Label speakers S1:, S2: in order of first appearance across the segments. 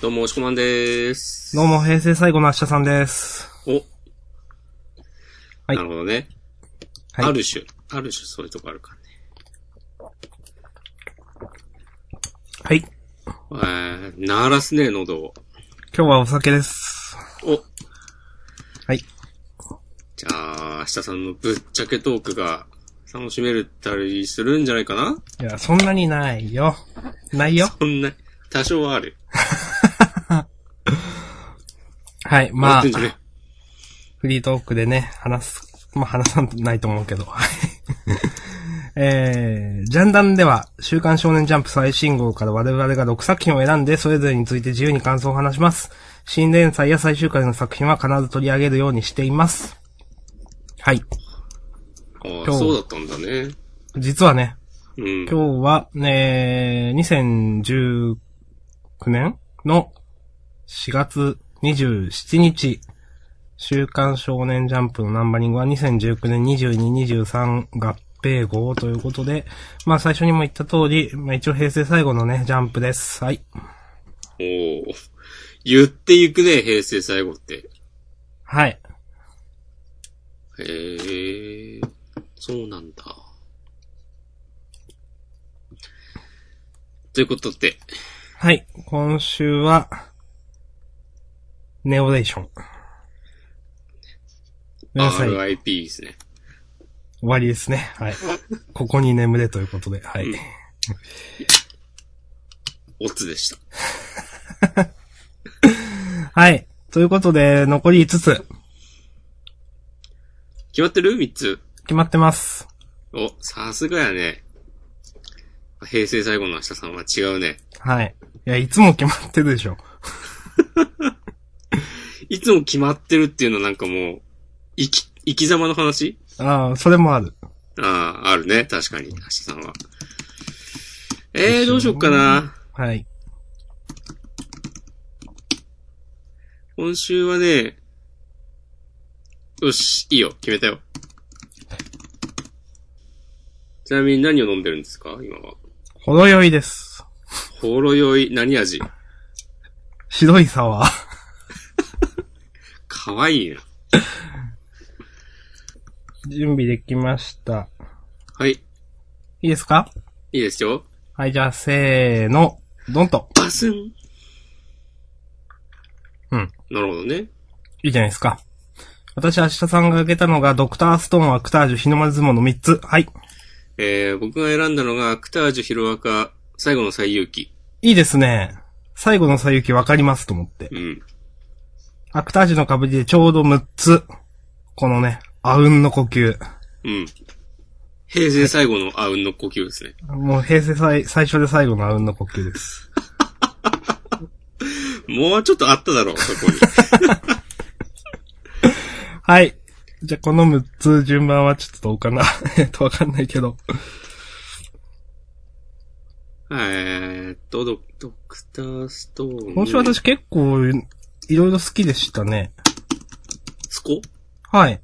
S1: どうも、おしこまんでーす。
S2: どうも、平成最後の明日さんです。
S1: お。
S2: はい
S1: なるほどね。
S2: はい
S1: ある種。ある種、そういうとこあるからね。
S2: はい。今
S1: えー、鳴らすね、喉を。
S2: 日はお酒です。
S1: お。
S2: はい。
S1: じゃあ、明日さんのぶっちゃけトークが楽しめるったりするんじゃないかない
S2: や、そんなにないよ。ないよ。
S1: そんな、多少はある。
S2: はい、
S1: 笑
S2: ま
S1: っ
S2: あ
S1: てん、じゃね
S2: フリートークでね、話す、まあ話さないと思うけど。 はいえー、ジャンダンでは、週刊少年ジャンプ最新号から我々が6作品を選んで、それぞれについて自由に感想を話します。新連載や最終回の作品は必ず取り上げるようにしています。はい。
S1: あ
S2: 今
S1: あ、
S2: 日
S1: そうだったんだね。
S2: 実はね、
S1: うん。
S2: 今日は、ね、2019年の4月27日、週刊少年ジャンプのナンバリングは2019年22、23合併号ということで、まあ最初にも言った通り、まあ一応平成最後のね、ジャンプです。はい。
S1: おお。言っていくね、平成最後って。
S2: はい。
S1: へえ、そうなんだ。ということで、
S2: はい。今週は、ネオレーション。皆さん、終
S1: RIP ですね。
S2: わりですね。はい。ここに眠れということで、はい。
S1: うんオッズでした。
S2: はい。ということで、残り5つ、
S1: 決まってる ?3 つ。
S2: 決まってます。
S1: お、さすがやね。平成最後の明日さんは違うね。
S2: はい。いや、いつも決まってるでしょ。
S1: いつも決まってるっていうのはなんかもう、生き、生き様の話
S2: ああ、それもある。
S1: ああ、あるね。確かに、明日さんは。えー、どうしよっかな。
S2: はい。
S1: 今週はね、よし、いいよ、決めたよ。ちなみに何を飲んでるんですか今は。
S2: ほろ酔いです。
S1: ほろ酔い、何味
S2: 白いサワー。
S1: かわいいな。
S2: 準備できました。
S1: はい、い
S2: いいですか
S1: いですよ。
S2: はい、じゃあ、せーの、ドンと。
S1: バスン
S2: うん。
S1: なるほどね。
S2: いいじゃないですか。私、明日さんが挙げたのが、ドクターストーン、アクタージュ、日の丸相撲の3つ。はい。
S1: えー、僕が選んだのが、アクタージュ・ヒロアカ、最後の最勇気。
S2: いいですね。最後の最行きわかりますと思って。
S1: うん。
S2: アクタージュの被りでちょうど6つ。このね、あうんの呼吸。
S1: うん。平成最後のあうんの呼吸ですね。
S2: もう平成最、最初で最後のあうんの呼吸です。
S1: もうちょっとあっただろう、そこに。
S2: はい。じゃあ、この6つ順番はちょっとどうかな。 えっと、わかんないけど。
S1: えーっと、ドドクターストーン。
S2: 今週私結構、いろいろ好きでしたね。
S1: スコ
S2: はい。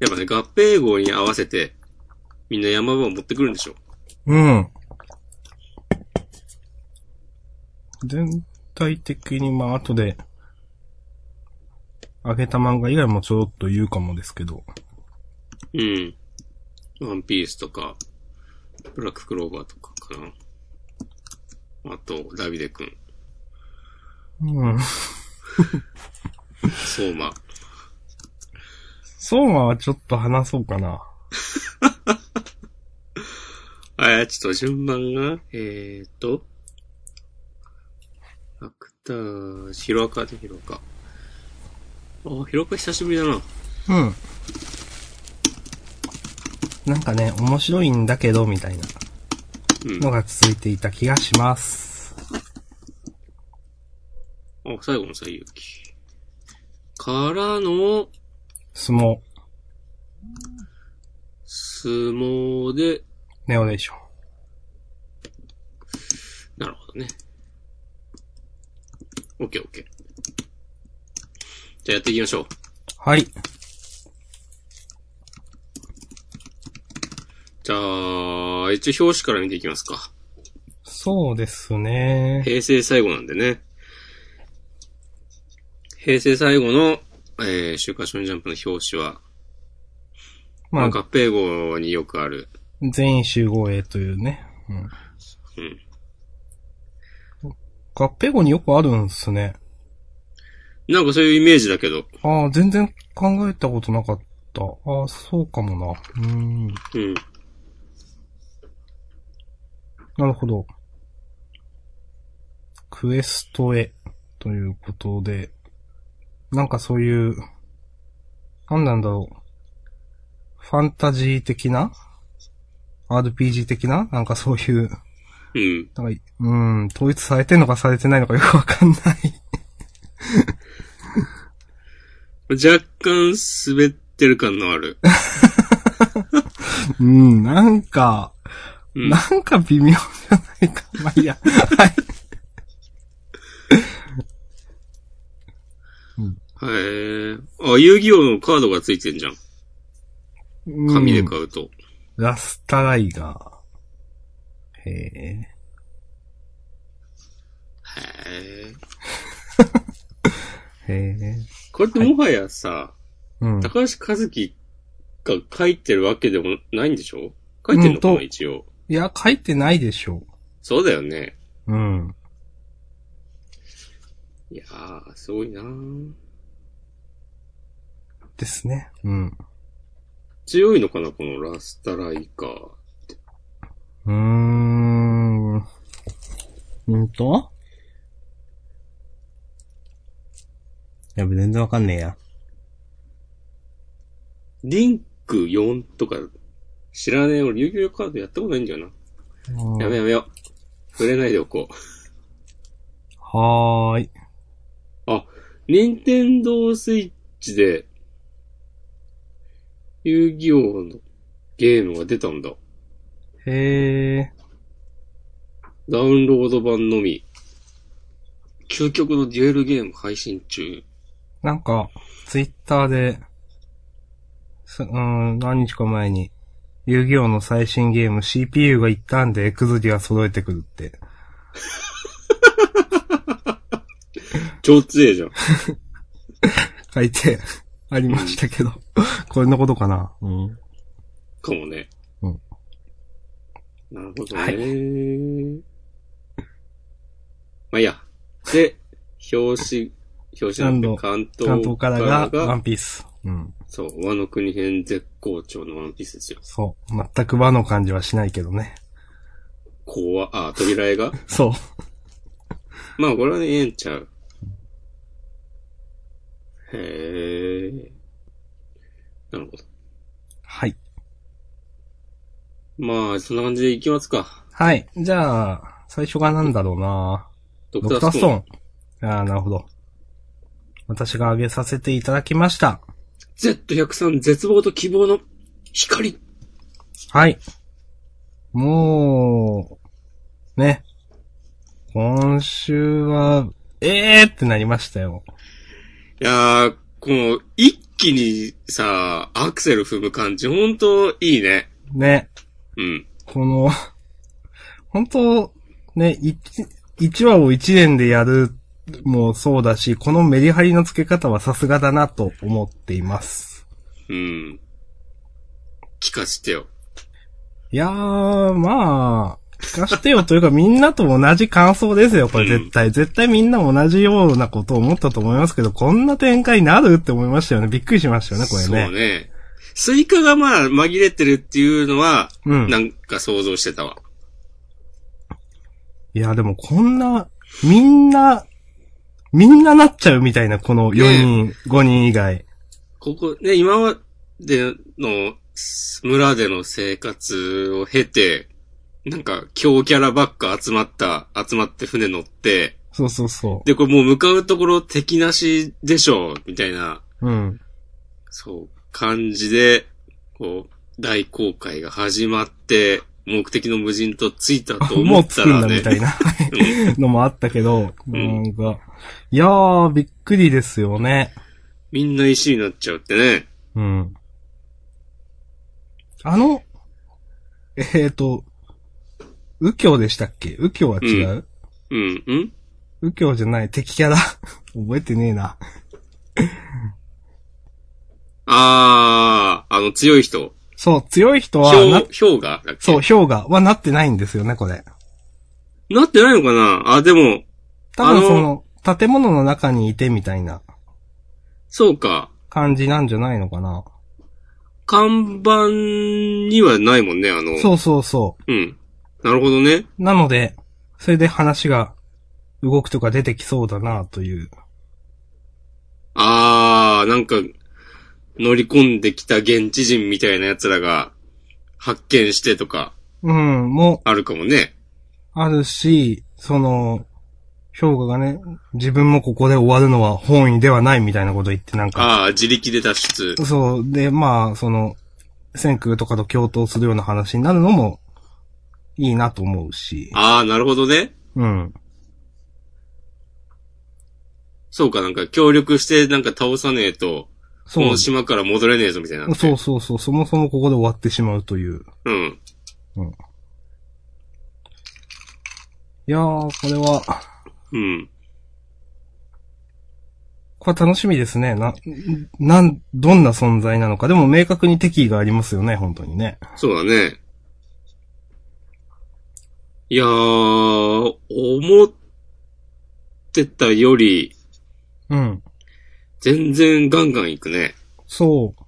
S1: やっぱね、合併号に合わせて、みんな山場を持ってくるんでしょ。
S2: うん。全体的に、まあ、後で、あげた漫画以外もちょろっと言うかもですけど。
S1: うん。ワンピースとか、ブラッククローバーとかかな。あと、ダビデ君、
S2: うん。
S1: 相馬。
S2: そうはちょっと話そうかな。
S1: あ、ちょっと順番が、えーっと、アクター、ヒロアカでヒロアカ。あ、ヒロアカ久しぶりだな。
S2: うん。なんかね、面白いんだけど、みたいな
S1: うん。
S2: のが続いていた気がします。
S1: あ、最後の最勇気。からの、
S2: 相撲、
S1: 相撲で、
S2: ネオレーション。
S1: なるほどね。オッケーオッケー。じゃあやっていきましょう。
S2: はい。
S1: じゃあ、一応表紙から見ていきますか。
S2: そうですね。
S1: 平成最後なんでね。平成最後の、えー、週刊少年ジャンプの表紙は、まあ、
S2: まあ、
S1: 合併号によくある。
S2: 全員集合へというね。うん。
S1: うん。
S2: 合併後によくあるんですね。
S1: なんかそういうイメージだけど。
S2: ああ、全然考えたことなかった。ああ、そうかもな。うーん。
S1: うん。
S2: なるほど。クエストへ、ということで、なんかそういう、なんなんだろう。ファンタジー的な ?RPG 的ななんかそういう、
S1: うん。
S2: なんか、うん、統一されてんのかされてないのかよくわかんない。
S1: 若干滑ってる感のある。
S2: うん、なんか、
S1: うん
S2: なんか微妙じゃないか。まあいいや。はい。
S1: へえ。あ、遊戯王のカードがついてんじゃん。紙で
S2: うん
S1: 買うと。
S2: ラスタライガー。へえ。
S1: へえ。
S2: へえ。
S1: これってもはやさ、
S2: うん。
S1: 高橋和樹が書いてるわけでもないんでしょ書いてんのかな、
S2: うんと
S1: 一応。
S2: いや、書いてないでしょ
S1: そうだよね。
S2: う。うん。
S1: いやー、すごいなー
S2: ですね。うん。
S1: 強いのかな、このラスタライカー。
S2: うーん。うんとやべ、全然わかんねえや。
S1: リンク4とか、知らねえ。俺、遊戯王カードやったことないんだよな。やめ
S2: は
S1: やめよう。触れないでおこ
S2: ーい。
S1: う。あ、任天堂スイッチで、遊戯王のゲームが出たんだ。
S2: へえ。
S1: ダウンロード版のみ。究極のデュエルゲーム配信中。
S2: なんか、ツイッターで、すうーん、何日か前に、遊戯王の最新ゲーム CPU が一旦でエクズリア揃えてくるって。
S1: 超強えじゃん。
S2: 書いてありましたけど。これのことかな。うん。
S1: かもね。
S2: うん
S1: なるほどね。
S2: はい
S1: まあいいや。で、表紙、表紙なんて関東
S2: 関東からが
S1: から
S2: ワンピース。うん。
S1: そう、和の国編絶好調のワンピースですよ。
S2: そう。全く和の感じはしないけどね。
S1: 怖、あ、扉絵が
S2: そう。
S1: まあこれはね、ええんちゃう。へえ。なるほど。
S2: はい。
S1: まあ、そんな感じでいきますか。
S2: はい。じゃあ、最初がなんだろうな
S1: ド
S2: ドクターストーン。ああ、なるほど。私が挙げさせていただきました。
S1: Z103 絶望と希望の光。
S2: はい。もう、ね。今週は、ええーってなりましたよ。
S1: いやー、この、一気にさ、アクセル踏む感じ、ほんといいね。
S2: ね。
S1: うん。
S2: この、本当ね、一、一話を一年でやるもそうだし、このメリハリの付け方はさすがだなと思っています。
S1: うん。聞かせてよ。
S2: いやー、まあ、聞かしてよというか みんなと同じ感想ですよ、これ絶対。絶対みんな同じようなことを思ったと思いますけど、こんな展開になるって思いましたよね。びっくりしましたよね、これ
S1: そう
S2: ね。
S1: ね。スイカがまあ、紛れてるっていうのは、
S2: うん
S1: なんか想像してたわ。
S2: いや、でもこんな、みんな、みんななっちゃうみたいな、この4人、5人以外。
S1: ここ、ね、今までの村での生活を経て、なんか、強キャラばっか集まった、集まって船乗って、
S2: そうそうそ
S1: で、これもう向かうところ敵なしでしょ、みたいな。
S2: う。うん。
S1: そう、感じで、こう、大航海が始まって、目的の無人島着いたと思
S2: もう
S1: った
S2: 作るん
S1: ら
S2: だみ
S1: ね
S2: た。いなのもあったけど、
S1: ん
S2: なんか、いやー、びっくりですよね。
S1: みんな石になっちゃうってね。
S2: うん。あの、えっ、ー、と、右京でしたっけ右京は違う、
S1: うん、うん
S2: 右京じゃない、敵キャラ。 覚えてねえな。
S1: あー、あの強い人。
S2: そう、強い人は
S1: 氷
S2: な、
S1: 氷河だっけ
S2: そう、氷河はなってないんですよね、これ。
S1: なってないのかなあ、でも、
S2: 多
S1: あ
S2: 分
S1: の
S2: その、建物の中にいてみたいな
S1: そうか。
S2: 感じなんじゃないのかな。
S1: 看板にはないもんね、あの。。
S2: そうそうそう
S1: ん。なるほどね。
S2: う。なので、それで話が動くとか出てきそうだなという。
S1: あー、なんか、乗り込んできた現地人みたいな奴らが発見してとか
S2: うん、も
S1: あるかもね。
S2: あるし、その、氷河がね、自分もここで終わるのは本意ではないみたいなこと言ってなんか、
S1: あー、自力で脱出。
S2: そう、で、まあ、その、千空とかと共闘するような話になるのも、いいなと思うし。
S1: あー、なるほどね。
S2: うん。
S1: そうか、なんか協力してなんか倒さねえと、こ
S2: そう
S1: の。島から戻れねえぞみたいな。
S2: そうそうそう、そもそもここで終わってしまうという。
S1: うん。
S2: いやー、これは、
S1: うん。
S2: これは楽しみですね。な、なん、どんな存在なのか。でも明確に敵意がありますよね、本当にね。
S1: そうだね。いやー、思ってたより、
S2: うん。
S1: 全然ガンガンいくね。
S2: そう。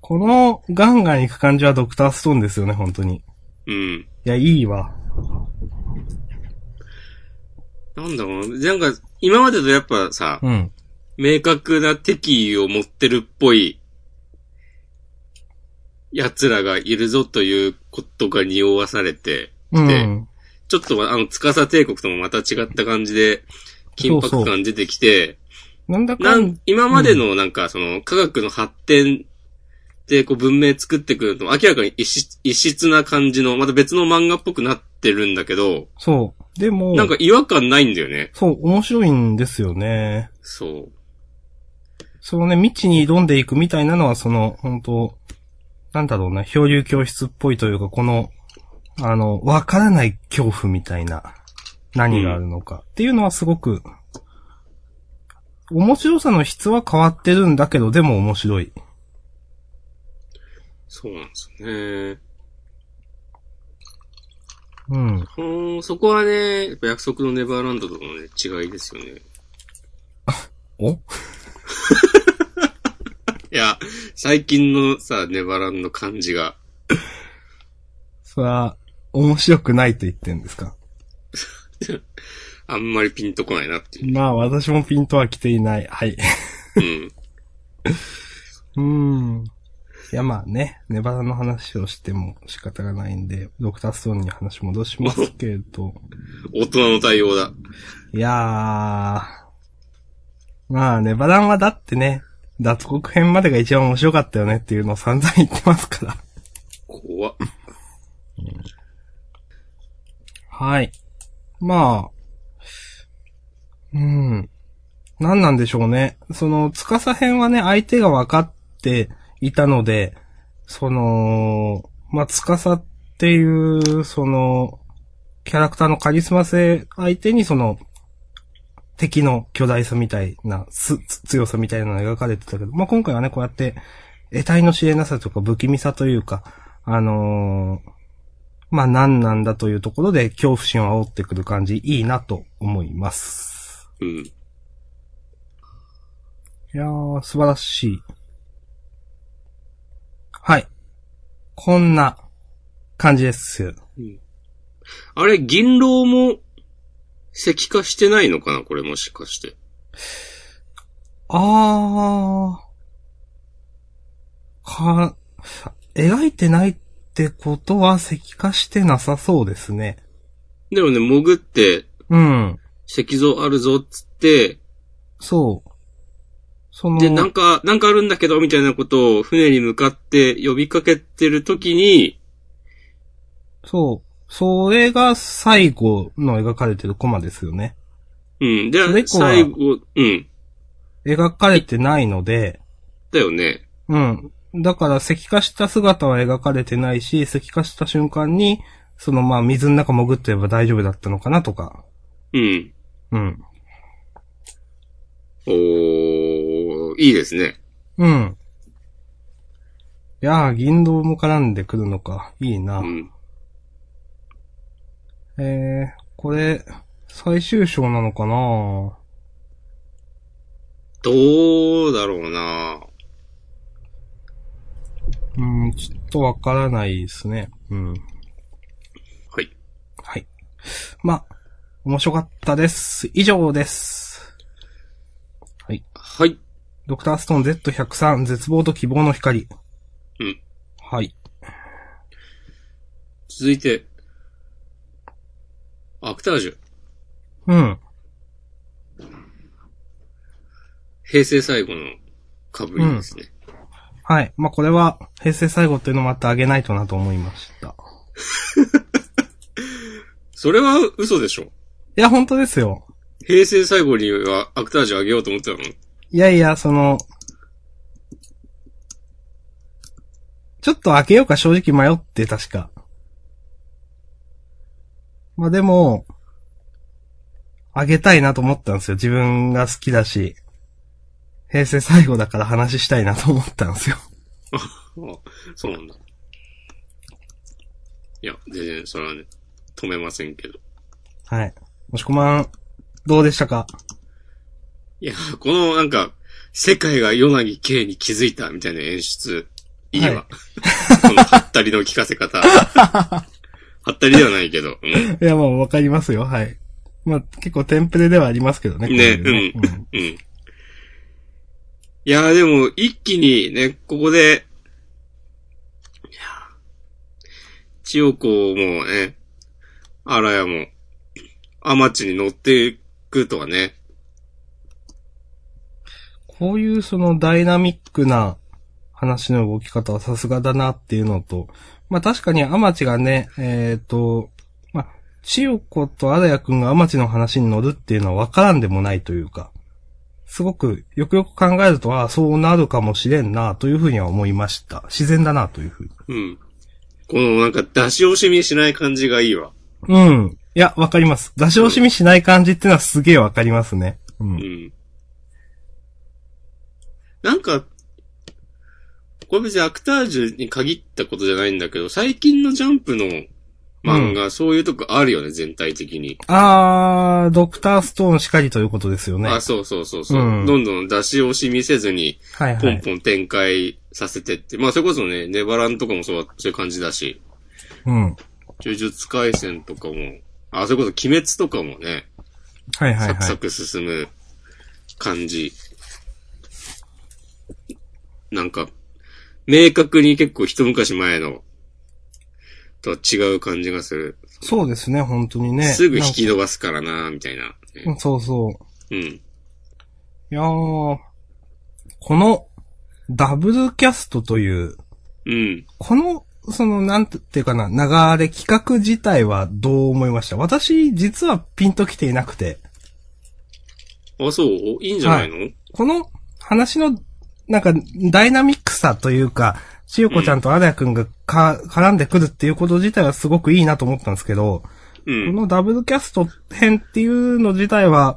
S2: このガンガン行く感じはドクターストーンですよね、本当に。い
S1: うん。
S2: や、いいわ。
S1: なんだろうな。なんか、今までとやっぱさ、
S2: うん。
S1: 明確な敵意を持ってるっぽい、奴らがいるぞということが匂わされて、
S2: うん。
S1: ちょっとあの、司帝国ともまた違った感じで、緊
S2: そう
S1: 迫
S2: そ
S1: 感出てきて、
S2: なんだか
S1: なんん、今までのなんかその、科学の発展でこう文明作ってくると、明らかに異質異質な感じの、また別の漫画っぽくなってるんだけど、
S2: そう。でも、
S1: なんか違和感ないんだよね。
S2: そう、面白いんですよね。
S1: そう。
S2: そのね、未知に挑んでいくみたいなのは、その、本当なんだろうな、漂流教室っぽいというか、この、あの、わからない恐怖みたいな、何があるのか、っていうのはすごく、面白さの質は変わってるんだけど、でも面白い。
S1: そうなんですよね。
S2: うん。
S1: うん、そこはね、やっぱ約束のネバーランドとのね、違いですよね。
S2: お
S1: いや、最近のさ、ネバーランドの感じが、
S2: それは、面白くないと言ってんですか
S1: あんまりピンとこないなっていう。
S2: まあ、私もピントは来ていない。はい。
S1: うん。
S2: うん。いや、まあね、ネバダの話をしても仕方がないんで、ドクターストーンに話戻しますけれど。
S1: 大人の対応だ。
S2: いやー。まあ、ネバダンはだってね、脱獄編までが一番面白かったよねっていうのを散々言ってますから。
S1: 怖っ。
S2: はい。まあ、うん。何なんでしょうね。その、つかさ編はね、相手が分かっていたので、その、まあ、つかさっていう、その、キャラクターのカリスマ性相手にその、敵の巨大さみたいな、す、つ強さみたいなのが描かれてたけど、まあ、今回はね、こうやって、得体の知れなさとか不気味さというか、あのーまあ何なんだというところで恐怖心を煽ってくる感じ、いいなと思います。
S1: うん。
S2: いやー、素晴らしい。はい。こんな感じです。
S1: あれ、銀狼も、石化してないのかなこれもしかして。
S2: あー。か、描いてないってことは石化してなさそうですね。
S1: でもね、潜って、
S2: うん。
S1: 石像あるぞっつって、
S2: そう。その、
S1: で、なんか、なんかあるんだけど、みたいなことを船に向かって呼びかけてるときに、
S2: そう。それが最後の描かれてるコマですよね。
S1: うん。で
S2: それ以、降は
S1: 最後、うん。
S2: 描かれてないので、
S1: だよね。
S2: うん。だから、石化した姿は描かれてないし、石化した瞬間に、そのまあ水の中潜ってれば大丈夫だったのかなとか、
S1: うん。
S2: うん。
S1: おー、いいですね。
S2: うん。いやー、銀道も絡んでくるのか。いいな。
S1: うん。
S2: えー、これ、最終章なのかな
S1: どうだろうな
S2: うん、ちょっとわからないですね。うん。
S1: はい。
S2: はい。まあ、面白かったです。以上です。
S1: はい。
S2: ドクターストーン Z103 絶望と希望の光。
S1: うん。
S2: はい。
S1: 続いて、アクタージュ。
S2: うん。
S1: 平成最後の被りですね。
S2: はい。まあ、これは、平成最後っていうのもあってあげないとなと思いました。
S1: それは嘘でしょ。
S2: いや、本当ですよ。
S1: 平成最後にはアクタージュあげようと思ってたの。
S2: いやいや、その、ちょっと開けようか正直迷って、確か。まあでも、あげたいなと思ったんですよ。自分が好きだし、平成最後だから話したいなと思ったんですよ。
S1: あそうなんだ。いや、全然、それはね、止めませんけど。
S2: はい。もしこまん、どうでしたか
S1: いや、このなんか、世界が柳慶に気づいたみたいな演出、いいわ。
S2: は
S1: このハったりの聞かせ方。ハったりではないけど。うん。
S2: いや、もうわかりますよ。はい。まあ結構テンプレではありますけどね。こう
S1: ね、
S2: いうね
S1: ん。うん。いやーでも、一気にね、ここで、いやー千代子もね、あらやも、アマチに乗っていくとはね、
S2: こういうそのダイナミックな話の動き方はさすがだなっていうのと、まあ確かにアマチがね、えっ、と、まあ、千代子と荒谷くんがアマチの話に乗るっていうのはわからんでもないというか、すごくよくよく考えると、ああ、そうなるかもしれんなというふうには思いました。自然だなというふうに。
S1: うん。このなんか出し惜しみしない感じがいいわ。
S2: うん。いや、わかります。出し惜しみしない感じっていうのはすげえわかりますね。うん。
S1: うん。なんか、これ別にアクタージュに限ったことじゃないんだけど、最近のジャンプの漫画、そういうとこあるよね、全体的に。
S2: あー、ドクターストーンしかりということですよね。
S1: あ、そうそうそうそう、
S2: うん
S1: どんどん出し惜しみせずに、
S2: はいは
S1: ポン
S2: い。
S1: ポン展開させてって。まあ、それこそね、ネバランとかもそうそういう感じだし、
S2: うん。
S1: 呪術廻戦とかも、あ、それこそ鬼滅とかもね、
S2: はいはい
S1: サク
S2: は
S1: サ
S2: い。
S1: ク進む感じ。なんか、明確に結構一昔前のとは違う感じがする。
S2: そうですね、本当にね。
S1: すぐ引き伸ばすからなみたいな。
S2: なんかそうそう。
S1: うん。
S2: いやー、この、ダブルキャストという、
S1: うん。
S2: この、その、なんていうかな、流れ企画自体はどう思いました私、実はピンときていなくて、
S1: あ、そういいんじゃないの、
S2: この話の、なんか、ダイナミックさというか、千代子ちゃんと荒谷くんがか、絡んでくるっていうこと自体はすごくいいなと思ったんですけど、
S1: う
S2: こ
S1: ん。
S2: のダブルキャスト編っていうの自体は、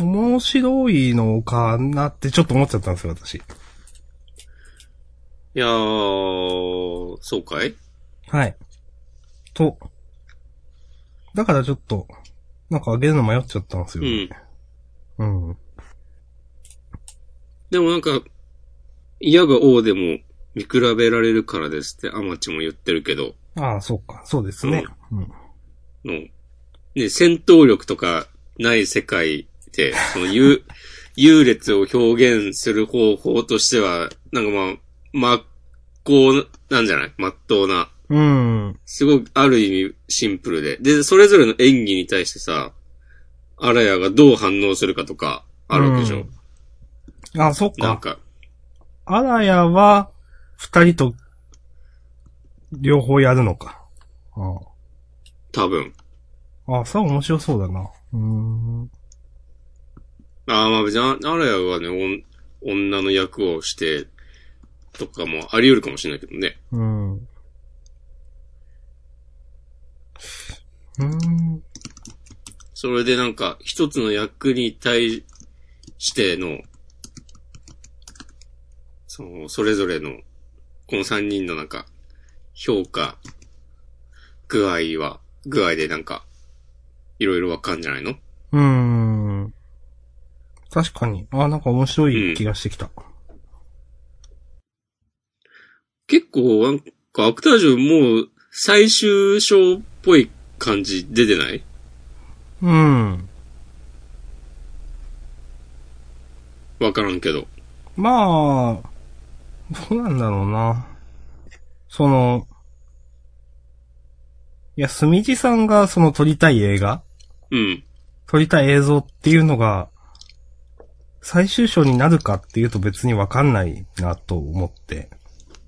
S2: 面白いのかなってちょっと思っちゃったんですよ、私。
S1: いやー、そうかい
S2: はい。と。だからちょっと、なんかあげるの迷っちゃったんです
S1: う
S2: よ。
S1: ん。
S2: うん。
S1: でもなんか、嫌が王でも見比べられるからですってアマチも言ってるけど、
S2: ああ、そうか。そうですね。うん。
S1: の、ね、戦闘力とかない世界で、その優、優劣を表現する方法としては、なんかまあ、真っ向なんじゃない真っ当な。
S2: うん。
S1: すごくある意味シンプルで。で、それぞれの演技に対してさ、アラヤがどう反応するかとか、あるわけでしょ、
S2: ああ、そっ
S1: なん
S2: か。
S1: か、
S2: あらやは、二人と、両方やるのか。あ
S1: 多分。
S2: あ。ああ、そう面白そうだな。うーん。
S1: ああ、まあ別にアアラヤはね、おん女の役をして、とかもあり得るかもしれないけどね。
S2: うん。うん。
S1: それでなんか、一つの役に対しての、その、それぞれの、この三人のなんか、評価、具合は、具合でなんか、いろいろわかんじゃないの
S2: うん。確かに。あ、なんか面白い気がしてきた。
S1: 結構なんか、アクタージュもう、最終章っぽい感じ出てない
S2: うん。
S1: わからんけど。
S2: まあ、どうなんだろうな。その、いや、すみじさんがその撮りたい映画
S1: うん。
S2: 撮りたい映像っていうのが、最終章になるかっていうと別にわかんないなと思って。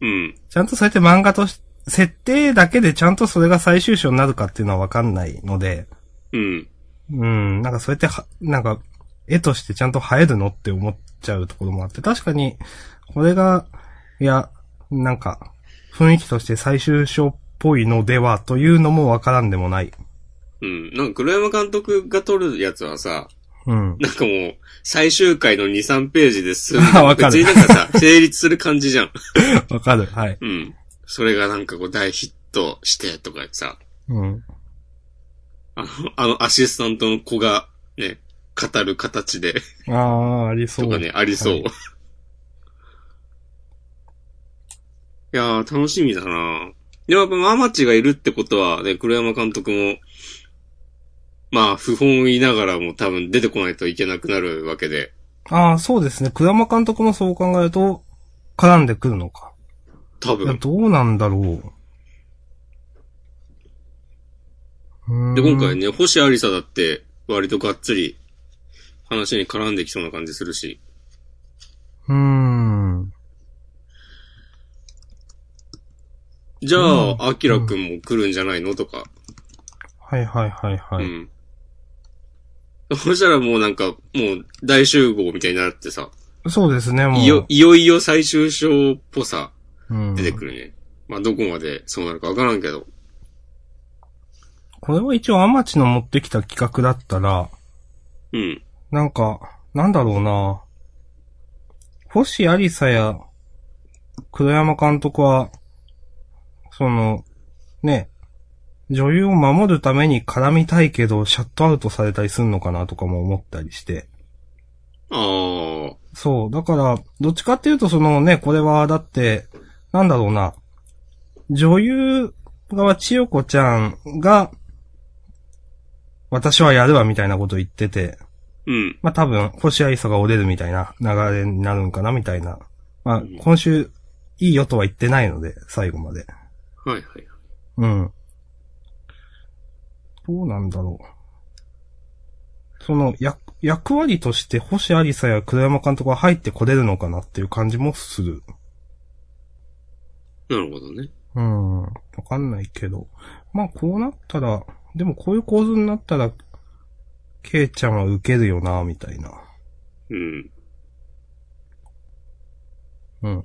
S1: うん。
S2: ちゃんとそうやって漫画とし、設定だけでちゃんとそれが最終章になるかっていうのはわかんないので、
S1: うん。
S2: うん、なんかそうやっては、なんか、絵としてちゃんと映えるのって思っちゃうところもあって、確かに、これが、いや、なんか、雰囲気として最終章っぽいのではというのもわからんでもない。
S1: うん。なんか、黒山監督が撮るやつはさ、
S2: うん。
S1: なんかもう、最終回の2、3ページで進
S2: あ わ
S1: む。
S2: か
S1: 別
S2: る
S1: になんかさ、成立する感じじゃん。
S2: わかる。はい。
S1: うん。それがなんかこう大ヒットしてとかさ、
S2: うん。
S1: あの、あのアシスタントの子がね、語る形で、
S2: ああ、ありそう。
S1: とかね、ありそう。
S2: はい
S1: い、やー、楽しみだなでもやっぱママチがいるってことはね、黒山監督も、まあ、不本意ながらも多分出てこないといけなくなるわけで、
S2: ああ、そうですね。倉山監督もそう考えると、絡んでくるのか。
S1: 多
S2: いや
S1: 分。
S2: どうなんだろう。うーん
S1: で、今回。ね、星ありさだって、割とがっつり、話に絡んできそうな感じするし。
S2: うーん。
S1: じゃ
S2: うん
S1: あ、アキラくんも来るんじゃないのとか。
S2: はいはいはいはい。
S1: うん。そしたらもうなんか、もう大集合みたいになってさ、
S2: そうですね、もう。
S1: いよ、いよいよ最終章っぽさ
S2: うん
S1: 出てくるね。まあ、どこまでそうなるかわからんけど。
S2: これは一応アマチの持ってきた企画だったら、
S1: うん。
S2: なんか、なんだろうな星ありさや、黒山監督は、その、ね、女優を守るために絡みたいけど、シャットアウトされたりすんのかなとかも思ったりして。
S1: ああ、
S2: そう。だから、どっちかっていうと、そのね、これは、だって、なんだろうな。女優側、千代子ちゃんが、私はやるわ、みたいなこと言ってて、
S1: うん、
S2: まあ、多分、星合さが折れるみたいな流れになるんかな、みたいな。まあ
S1: うん、
S2: 今週、いいよとは言ってないので、最後まで。
S1: はいはい。
S2: うん。どうなんだろう。その、役、役割として星ありさや黒山監督が入ってこれるのかなっていう感じもする。
S1: なるほどね。
S2: うん。わかんないけど。まあ、こうなったら、でもこういう構図になったら、ケイちゃんは受けるよな、みたいな。
S1: うん。
S2: うん。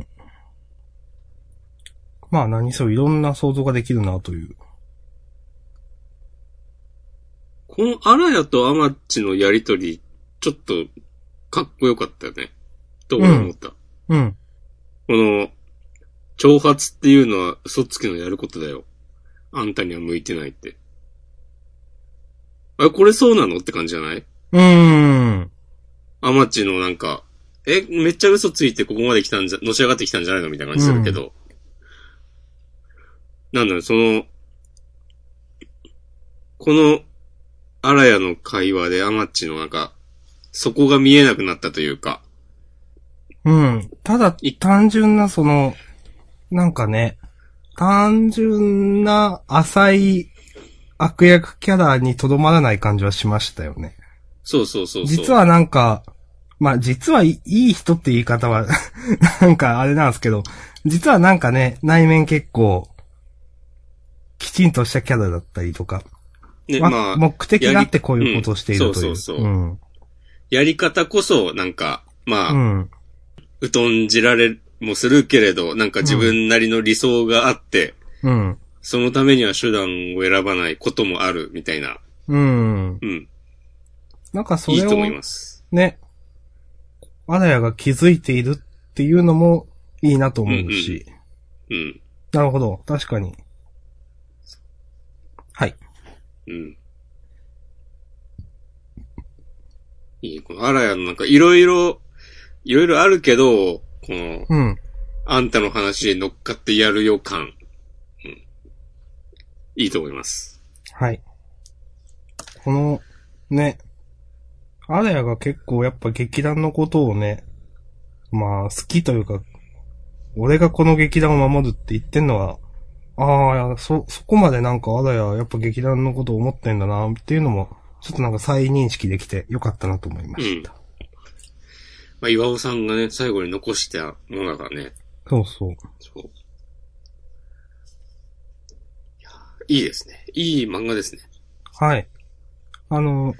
S2: まあ、何そういろんな想像ができるな、という。
S1: このアラヤとアマッチのやりとり、ちょっと、かっこよかったよね。と俺思った。
S2: うん。
S1: この、挑発っていうのは嘘つきのやることだよ。あんたには向いてないって。あ、これそうなのって感じじゃないう
S2: ーん。
S1: アマチのなんか、え、めっちゃ嘘ついてここまで来たんじゃ、のし上がってきたんじゃないのみたいな感じするけど。なんだろう、その、この、アラヤの会話でアマチのなんか、そこが見えなくなったというか、
S2: うん。ただ
S1: い、
S2: 単純なその、なんかね、単純な浅い悪役キャラにとどまらない感じはしましたよね。
S1: そうそうそうそう。
S2: 実はなんか、まあ実はいいい人って言い方は、 なんかあれなんですけど、実はなんかね、内面結構、きちんとしたキャラだったりとか、
S1: ね、
S2: わ
S1: まあ、
S2: 目的があってこういうことをしているという。
S1: うんそうそうそう
S2: うん。
S1: やり方こそ、なんか、まあ、
S2: うん。
S1: 疎んじられもするけれど、なんか自分なりの理想があって、
S2: うん。
S1: そのためには手段を選ばないこともあるみたいな。
S2: うん。
S1: うん。
S2: なんかそ
S1: いい
S2: れ
S1: と
S2: を
S1: 思います。
S2: ね、アダヤが気づいているっていうのもいいなと思うし。
S1: うん。
S2: なるほど。確かに。はい。
S1: うん。いい。このアラヤのなんかいろいろ、いろいろあるけど、この、
S2: うん。
S1: あんたの話に乗っかってやるよ感。うん。いいと思います。
S2: はい。この、ね、アダヤが結構やっぱ劇団のことをね、まあ好きというか、俺がこの劇団を守るって言ってんのは、ああ、そ、そこまでなんかアダヤはやっぱ劇団のことを思ってんだなっていうのも、ちょっとなんか再認識できてよかったなと思いました。
S1: まあ、岩尾さんがね、最後に残したものだからね。
S2: そうそう。
S1: そう。いやいいですね。いい漫画ですね。
S2: はい。あの、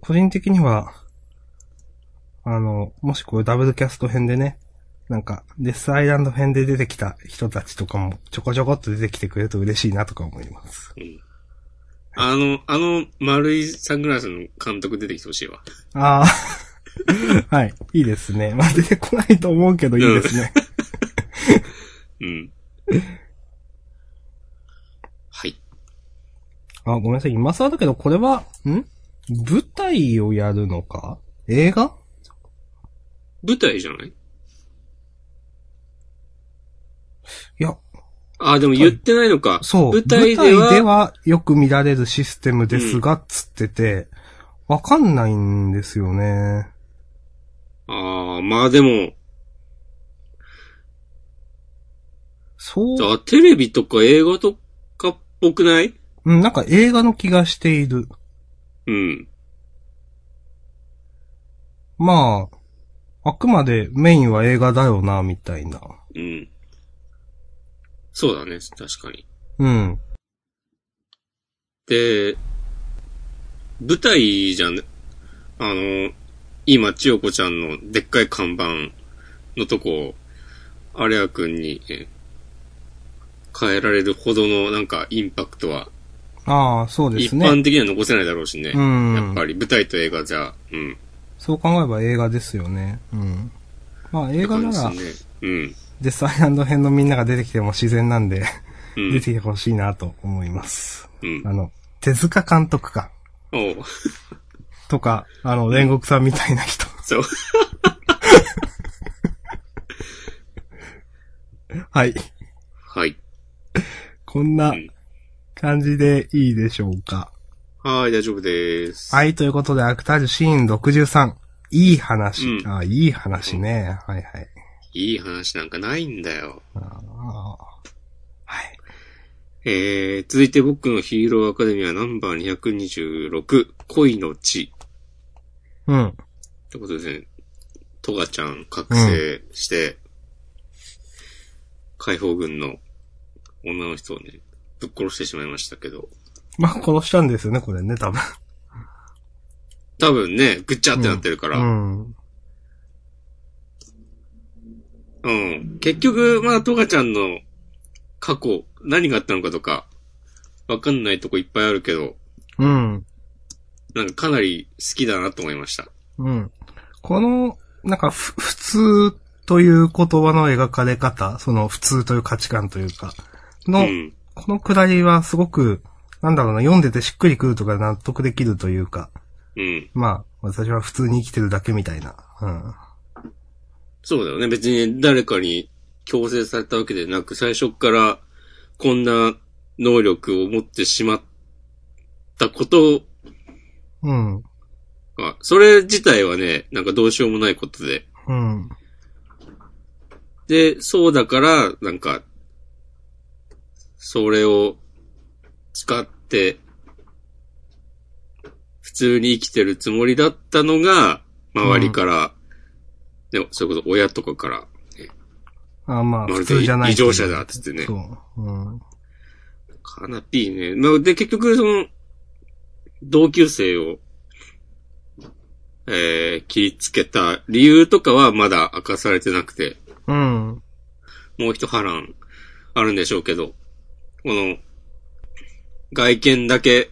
S2: 個人的には、あの、もしこれダブルキャスト編でね、なんか、デスアイランド編で出てきた人たちとかもちょこちょこっと出てきてくれると嬉しいなとか思います。
S1: うん。あの、あの、丸いサングラスの監督出てきてほしいわ。
S2: ああ。 はい。いいですね。まあ、出てこないと思うけどいいですね。
S1: うん。はい。
S2: あ、ごめんなさい。今更だけど、これは、ん舞台をやるのか映画
S1: 舞台じゃない
S2: いや、
S1: あ、でも言ってないのか。
S2: そう。
S1: 舞台で
S2: 舞台で
S1: は、
S2: はよく見られるシステムですが、つってて、わかんないんですよね。
S1: ああ、まあでも、
S2: そう、
S1: あテレビとか映画とかっぽくない
S2: うんなんか映画の気がしている。
S1: うん。
S2: まあ、あくまでメインは映画だよな、みたいな。
S1: うん。そうだね、確かに。
S2: うん。
S1: で、舞台じゃね、あの、今、千代子ちゃんのでっかい看板のとこ、アレア君にえ変えられるほどのなんかインパクトは、
S2: ああ、そうで
S1: 一
S2: すね。
S1: 般的には残せないだろうしね。
S2: うん
S1: やっぱり舞台と映画じゃ、うん。
S2: そう考えれば映画ですよね。うん。まあ映画なら
S1: っ、て感じですね。うん。
S2: デスアイランド編のみんなが出てきても自然なんで、
S1: う
S2: 出
S1: ん
S2: て。きてほしいなと思います。
S1: うん
S2: あ。の、手塚監督か。
S1: おう。
S2: とか、あの、煉獄さんみたいな人。
S1: そう。
S2: はい。
S1: はい。
S2: こんな
S1: うん
S2: 感じでいいでしょうか。
S1: はい、大丈夫です。
S2: はい、ということで、アクタージュシーン63。いい話。
S1: うん
S2: あいい話ね。はいはい。
S1: いい話なんかないんだよ。
S2: あーはい。
S1: えー、続いて僕のヒーローアカデミアナンバー226、恋の地
S2: うん。
S1: ってことですね。トガちゃん覚醒して、解放軍の女の人をね、ぶっ殺してしまいましたけど。
S2: まあ、殺したんですよね、これね、多分。
S1: 多分ね、ぐっちゃってなってるから。
S2: う
S1: うん。
S2: ん。
S1: 結局、まだトガちゃんの過去、何があったのかとか、わかんないとこいっぱいあるけど、
S2: うん。
S1: なんかかなり好きだなと思いました。
S2: うん。この、なんか、ふ、普通という言葉の描かれ方、その普通という価値観というか、の、
S1: うん。
S2: このくだりはすごく、なんだろうな、読んでてしっくりくるとか納得できるというか、
S1: うん。
S2: まあ、私は普通に生きてるだけみたいな。うん。
S1: そうだよね。別に誰かに強制されたわけでなく、最初っからこんな能力を持ってしまったこと
S2: うん。
S1: が、それ自体はね、なんかどうしようもないことで。
S2: うん。
S1: で、そうだから、なんか、それを使って、普通に生きてるつもりだったのが、周りから、ね、それこそ親とかから、
S2: あま
S1: ま
S2: あ、
S1: る
S2: 普
S1: で
S2: 通じゃない。
S1: 異常者だっつってね
S2: そう。うん。
S1: カナピーね。まあで、結局、その、同級生を、えー、切りつけた理由とかはまだ明かされてなくて、
S2: うん。
S1: もう一波乱あるんでしょうけど、この、外見だけ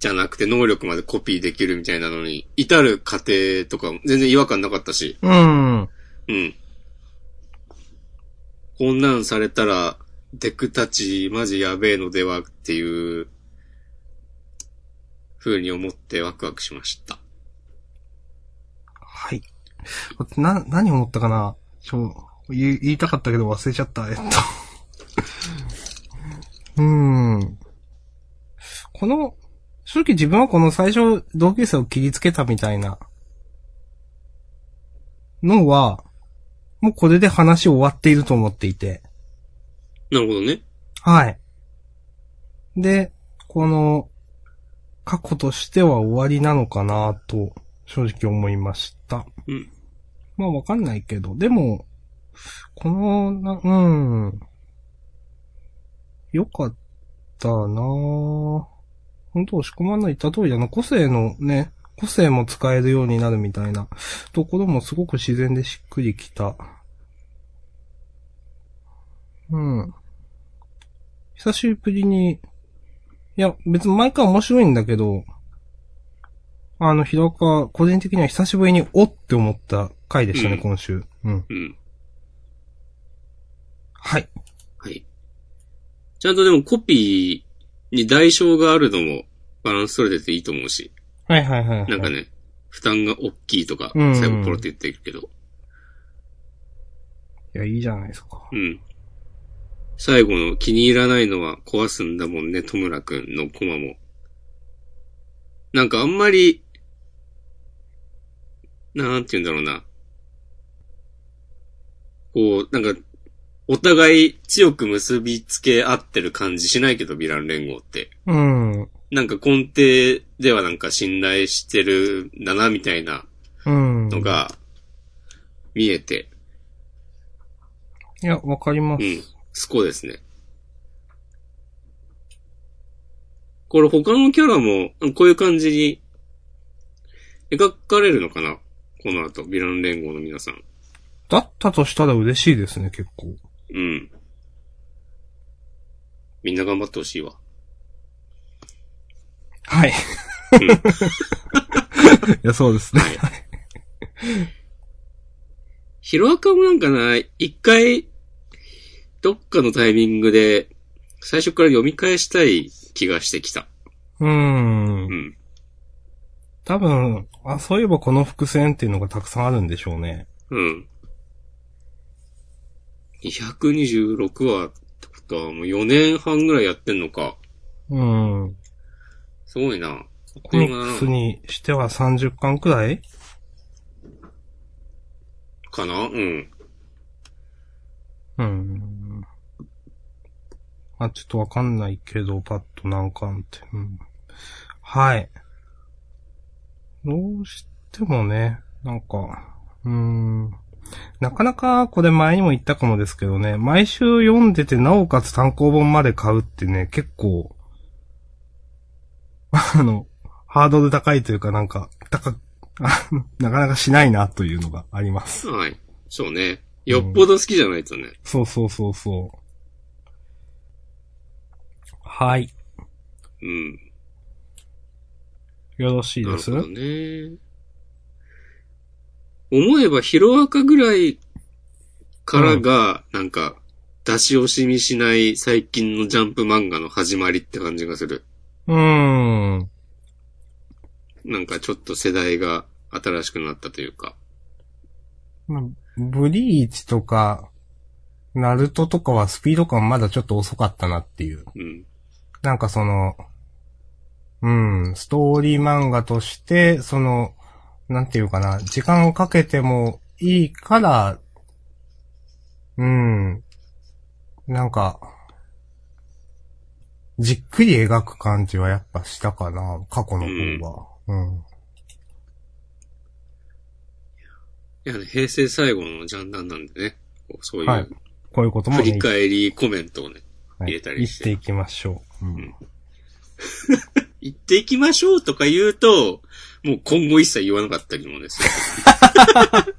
S1: じゃなくて能力までコピーできるみたいなのに、至る過程とかも全然違和感なかったし、
S2: うん。
S1: うん。こんなんされたら、デクたちマジやべえのではっていう、風に思ってワクワクしました。
S2: はい。な、何思ったかなちょ、言い言いたかったけど忘れちゃった。えっと。 うーん。この、正直自分はこの最初同級生を切りつけたみたいなのは、もうこれで話終わっていると思っていて。
S1: なるほどね。
S2: はい。で、この、過去としては終わりなのかなと、正直思いました。
S1: うん。
S2: まあわかんないけど、でも、この、な、うん。よかったなぁ本当押し込まんの言った通りだな。個性のね、個性も使えるようになるみたいなところもすごく自然でしっくりきた。うん。久しぶりに、いや、別に毎回面白いんだけど、あの、ひろか、個人的には久しぶりに、おって思った回でしたね、
S1: うん
S2: 今週。うん。
S1: うん。
S2: はい。
S1: はい。ちゃんとでもコピーに代償があるのもバランス取れてていいと思うし、
S2: はいはいはい、はい。
S1: なんかね、負担が大きいとか、
S2: うん
S1: 最後ポロって言ってるけど、
S2: いや、いいじゃないですか。
S1: うん。最後の気に入らないのは壊すんだもんね、戸村くんのコマも。なんかあんまり、なんて言うんだろうな。こう、なんか、お互い強く結びつけ合ってる感じしないけど、ヴィラン連合って。
S2: うん。う。
S1: なんか根底ではなんか信頼してるんだな、みたいなんのが、見えて、
S2: いや、わかりま
S1: う
S2: す。
S1: ん。そこですね。これ他のキャラも、こういう感じに、描かれるのかなこの後、ヴィラン連合の皆さん。
S2: だったとしたら嬉しいですね、結構。
S1: うん。みんな頑張ってほしいわ。
S2: はい。いや、そうですね。
S1: ヒロアカもなんかな、一回、どっかのタイミングで、最初から読み返したい気がしてきた。
S2: うー。
S1: うんん。
S2: 多分、あ、そういえばこの伏線っていうのがたくさんあるんでしょうね。
S1: うん。226話ってことは、もう4年半ぐらいやってんのか。
S2: うん。
S1: すごいな。
S2: コミックスにしては30巻くらい
S1: かなうん。
S2: うん。まあ、ちょっとわかんないけど、パッと何巻って。うん。はい。どうしてもね、なんか、うーん。なかなか、これ前にも言ったかもですけどね、毎週読んでて、なおかつ単行本まで買うってね、結構、 あの、ハードル高いというか、なんか、高、あのなかなかしないなというのがあります。
S1: はい。そうね。よっぽど好きじゃないとね。
S2: そうそうそうそう。はい。
S1: うん。
S2: よろしいです
S1: なるほどね。思えば、ヒロアカぐらいからが、なんか、出し惜しみしない最近のジャンプ漫画の始まりって感じがする。
S2: うーん。
S1: なんかちょっと世代が新しくなったというか。
S2: まあブリーチとか、ナルトとかはスピード感まだちょっと遅かったなっていう。
S1: うん。
S2: なんかその、うん、ストーリー漫画として、その、なんていうかな、時間をかけてもいいから、うん、なんか、じっくり描く感じはやっぱしたかな、過去の方が。うん。
S1: いやね、平成最後のジャンダンなんでね。こうそうい
S2: は
S1: う
S2: いこういうことも
S1: 振
S2: ね、
S1: り返りコメントをね、
S2: は
S1: 入
S2: い
S1: れたりして
S2: いきましょう。うん。
S1: 言っていきましょうとか言うと、もう今後一切言わなかったりもね、 する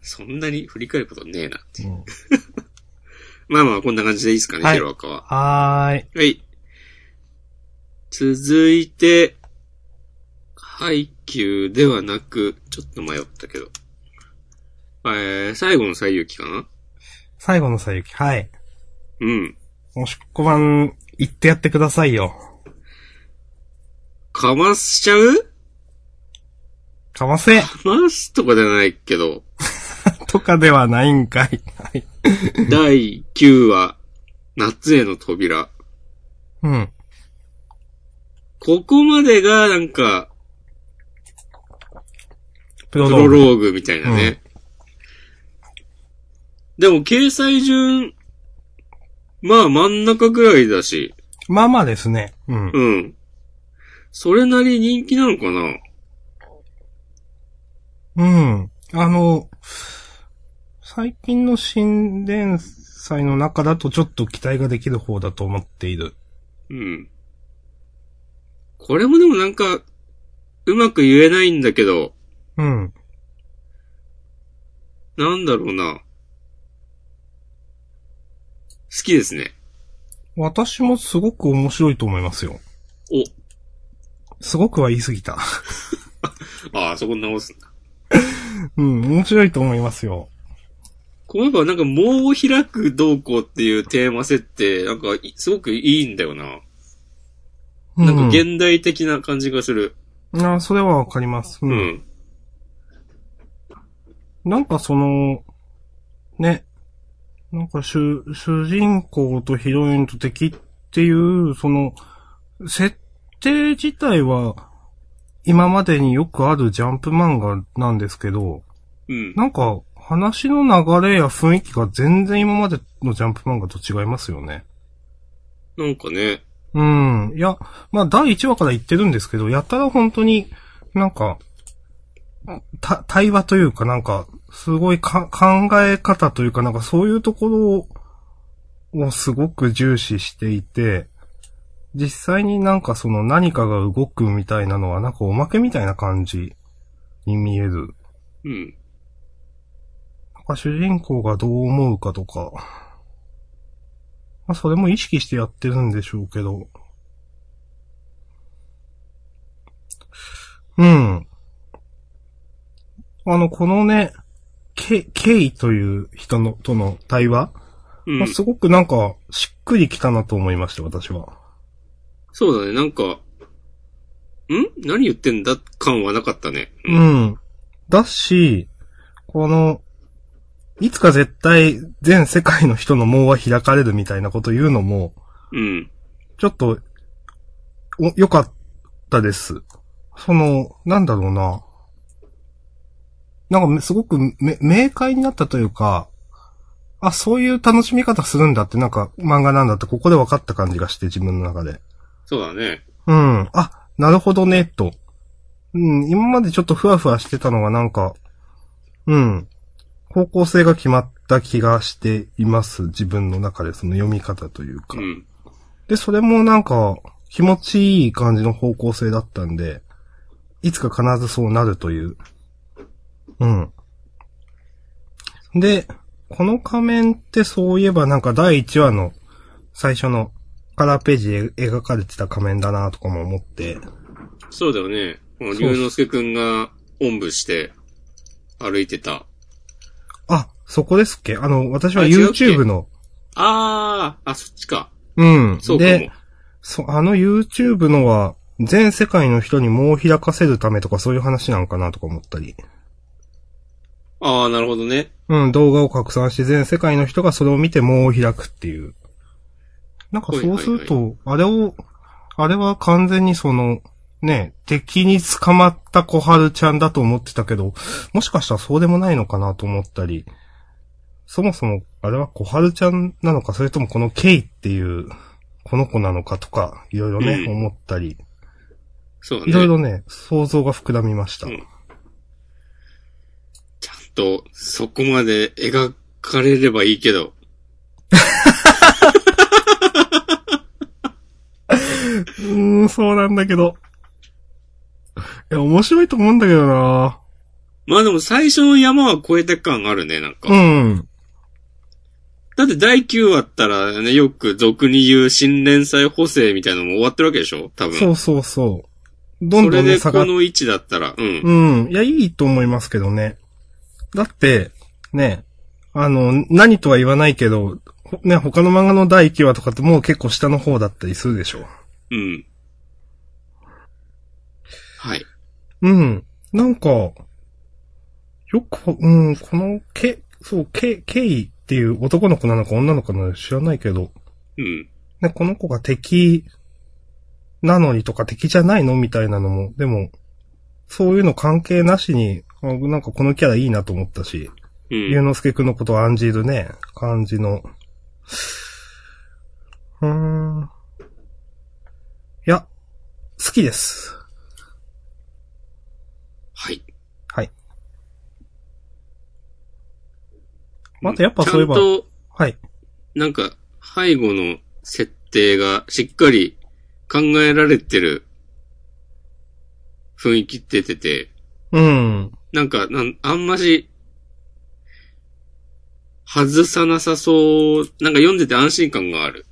S1: そんなに振り返ることねえな。
S2: うん
S1: まあまあ、こんな感じでいいですかね、
S2: はい
S1: ヒロアカは。
S2: はーい。
S1: はい。続いて、ハイキューではなく、ちょっと迷ったけど。えー、最後の最有機かな
S2: 最後のさゆき、はい。
S1: うん。
S2: おしっこ版、行ってやってくださいよ。
S1: かましちゃう
S2: かわせ
S1: かますとかじゃないけど、
S2: とかではないんかい。はい。
S1: 第9話、夏への扉。
S2: うん。
S1: ここまでが、なんか、
S2: プロ
S1: プ
S2: ロー
S1: ロ
S2: グ。
S1: ローグみたいなね。でも、掲載順、まあ真ん中ぐらいだし、
S2: まあまあですね。うん。
S1: うん。それなり人気なのかな
S2: うん。あの、最近の新連載の中だとちょっと期待ができる方だと思っている。
S1: うん。これもでもなんか、うまく言えないんだけど、
S2: うん。
S1: なんだろうな。好きですね。
S2: 私もすごく面白いと思いますよ。
S1: お、
S2: すごくは言い過ぎた。
S1: ああ、そこ直すんだ。
S2: うん、面白いと思いますよ。
S1: こうやっぱなんか、もう開く動向っていうテーマ設定、なんかい、すごくいいんだよな。
S2: うん、
S1: なんか現代的な感じがする。
S2: あそれはわかります。
S1: う。
S2: うんん。なんかその、ね、なんか主、主人公とヒロインと敵っていう、その、設定自体は、今までによくあるジャンプ漫画なんですけど、
S1: うん。
S2: なんか、話の流れや雰囲気が全然今までのジャンプ漫画と違いますよね。
S1: なんかね。
S2: うん。いや、まあ、第1話から言ってるんですけど、やたら本当に、なんか、た、対話というか、なんか、すごいか、考え方というか、なんかそういうところを、をすごく重視していて、実際になんかその何かが動くみたいなのは、なんかおまけみたいな感じに見える。
S1: うん。
S2: なんか主人公がどう思うかとか、まあそれも意識してやってるんでしょうけど。うん。あの、このね、ケ、ケイという人の、との対話、
S1: う
S2: まあ
S1: ん。
S2: すごくなんか、しっくりきたなと思いました、私は。
S1: そうだね、なんか、ん何言ってんだ感はなかったね。
S2: う。ん。だし、この、いつか絶対全世界の人の網は開かれるみたいなこと言うのも、
S1: うん。
S2: ちょっと、お、良かったです。その、なんだろうな。なんかめ、すごくめ、明快になったというか、あ、そういう楽しみ方するんだって、なんか、漫画なんだって、ここで分かった感じがして、自分の中で。
S1: そうだね。
S2: うん。あ、なるほどね、と。うん、今までちょっとふわふわしてたのがなんか、うん。方向性が決まった気がしています。自分の中で、その読み方というか。
S1: うん。
S2: で、それもなんか、気持ちいい感じの方向性だったんで、いつか必ずそうなるという。うん。で、この仮面ってそういえばなんか第1話の最初のカラーページで描かれてた仮面だなとかも思って、
S1: そうだよね。この
S2: そう
S1: 龍之介くんが、おんぶして、歩いてた。
S2: あ、そこですっけあの、私は
S1: あ違うっけ
S2: YouTube の、
S1: あー、あ、そっちか。
S2: うん。
S1: そうかも。
S2: で、そあの YouTube のは、全世界の人にもう開かせるためとかそういう話なんかなとか思ったり。
S1: あー、なるほどね。
S2: うん、動画を拡散して全世界の人がそれを見てもう開くっていう。なんかそうすると、
S1: は
S2: あれを、あれは完全にその、ね、敵に捕まった小春ちゃんだと思ってたけど、もしかしたらそうでもないのかなと思ったり、そもそもあれは小春ちゃんなのか、それともこのケイっていう、この子なのかとか、いろいろね、
S1: うん
S2: 思ったり、
S1: そうだね。
S2: いろいろね、想像が膨らみました。
S1: うんちゃんと、そこまで描かれればいいけど。
S2: うーん、そうなんだけど。いや、面白いと思うんだけどな
S1: まあでも最初の山は越えた感あるね、なんか。
S2: うん。
S1: だって第9話ったらね、よく俗に言う新連載補正みたいなのも終わってるわけでしょ多分。
S2: そうそうそう。どん
S1: そ
S2: ど
S1: れ
S2: んね、
S1: で
S2: 下
S1: こ
S2: がっ
S1: の位置だったら、うん。
S2: うん。いや、いいと思いますけどね。だって、ね、あの、何とは言わないけど、ほね、他の漫画の第1話とかってもう結構下の方だったりするでしょ。
S1: うん。はい。
S2: うん。なんか、よく、うん、この、け、そう、け、ケイっていう男の子なのか女の子なのか知らないけど、
S1: うん。
S2: ね、この子が敵なのにとか敵じゃないのみたいなのも、でも、そういうの関係なしに、あなんかこのキャラいいなと思ったし。
S1: う。
S2: ゆうんのすけくんのことを案じるね、感じの。うーん。いや、好きです。
S1: はい。
S2: はい。あとやっぱそういえば
S1: ちゃんと、
S2: はい。
S1: なんか、背後の設定がしっかり考えられてる雰囲気出てて、
S2: うん。
S1: なんか、なんあんまし、外さなさそう、なんか読んでて安心感がある。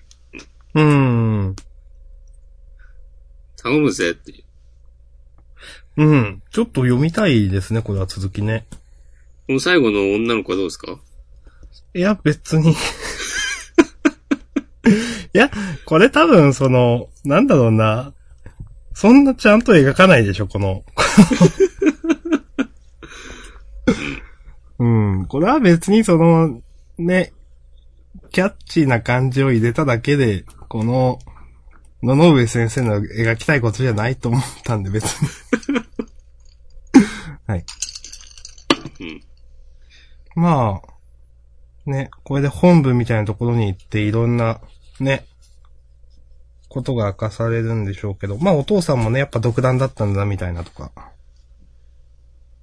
S2: うん。
S1: 頼むぜっていう。
S2: うん。ちょっと読みたいですね、これは続きね。
S1: この最後の女の子はどうですか
S2: いや、別に。い や、これ多分、その、なんだろうな。そんなちゃんと描かないでしょ、この。 うん、これは別にその、ね、キャッチーな感じを入れただけで、この、野々上先生の描きたいことじゃないと思ったんで、別に。 はい。
S1: うん
S2: まあ、ね、これで本部みたいなところに行っていろんな、ね、ことが明かされるんでしょうけど、まあお父さんもね、やっぱ独断だったんだな、みたいなとか。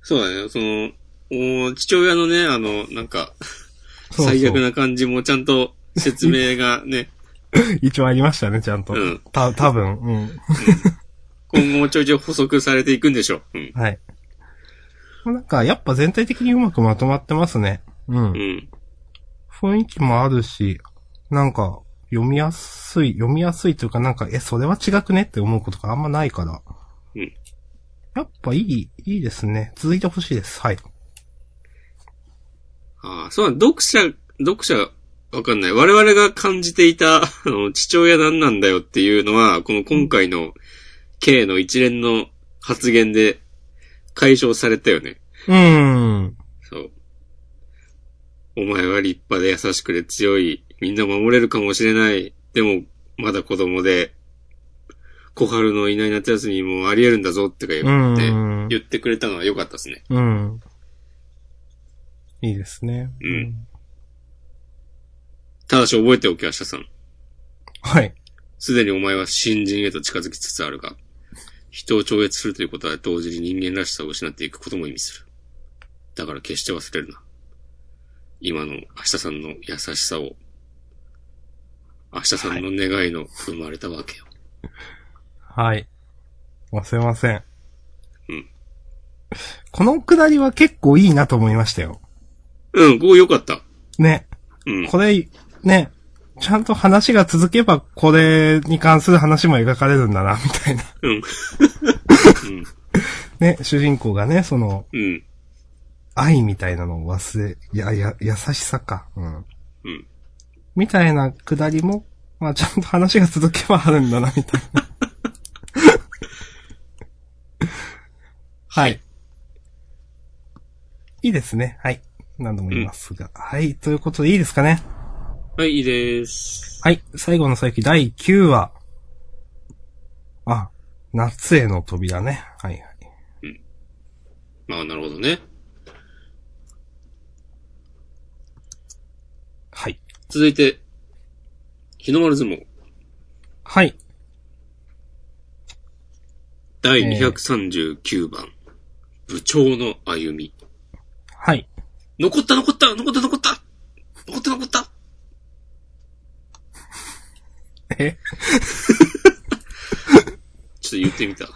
S1: そうだね、その、お父親のね、あの、なんか、
S2: そうそう
S1: 最悪な感じもちゃんと説明がね、
S2: 一応ありましたね、ちゃんと。
S1: うん
S2: た、多分うん。
S1: 今後もちょいちょい補足されていくんでしょう。うん。
S2: はい。なんか、やっぱ全体的にうまくまとまってますね。うん。
S1: うん。
S2: 雰囲気もあるし、なんか、読みやすい、読みやすいというか、なんか、え、それは違くねって思うことがあんまないから。
S1: うん。
S2: やっぱいい、いいですね。続いてほしいです。はい。
S1: ああ、そうだ、読者、読者、わかんない。我々が感じていた、 あの、父親なんなんだよっていうのは、この今回の、K の一連の発言で解消されたよね。
S2: うーん。
S1: そう。お前は立派で優しくで強い。みんな守れるかもしれない。でも、まだ子供で、小春のいない夏休みもあり得るんだぞってか
S2: う
S1: 言って、
S2: ん。
S1: 言ってくれたのは良かったですね。
S2: うん。いいですね。
S1: うんただし覚えておき、明日さん。
S2: はい。
S1: すでにお前は新人へと近づきつつあるが、人を超越するということは同時に人間らしさを失っていくことも意味する。だから決して忘れるな。今の明日さんの優しさを、明日さんの願いの生まれたわけよ。
S2: はい。忘れません。
S1: うん。
S2: このくだりは結構いいなと思いましたよ。
S1: うん、ここよかった。
S2: ね。
S1: うん。
S2: これ、ね。ちゃんと話が続けば、これに関する話も描かれるんだな、みたいな。
S1: うん。
S2: ね、主人公がね、その、
S1: うん。
S2: 愛みたいなのを忘れ、いや、や、優しさか。うん。
S1: うん。
S2: みたいなくだりも、まあちゃんと話が続けばあるんだな、みたいな。はい。いいですね。はい。何度も言いますが。はい。ということでいいですかね。
S1: はい、いいです。
S2: はい。最後の最期第9話。あ、夏への扉ね。はいはい。
S1: まあ、なるほどね。
S2: はい。
S1: 続いて、日の丸相撲、
S2: はい。
S1: 第
S2: えー
S1: 239番、部長の歩み。
S2: はい。
S1: 残った残った残った残った残った残った
S2: え
S1: ちょっと言ってみた。
S2: い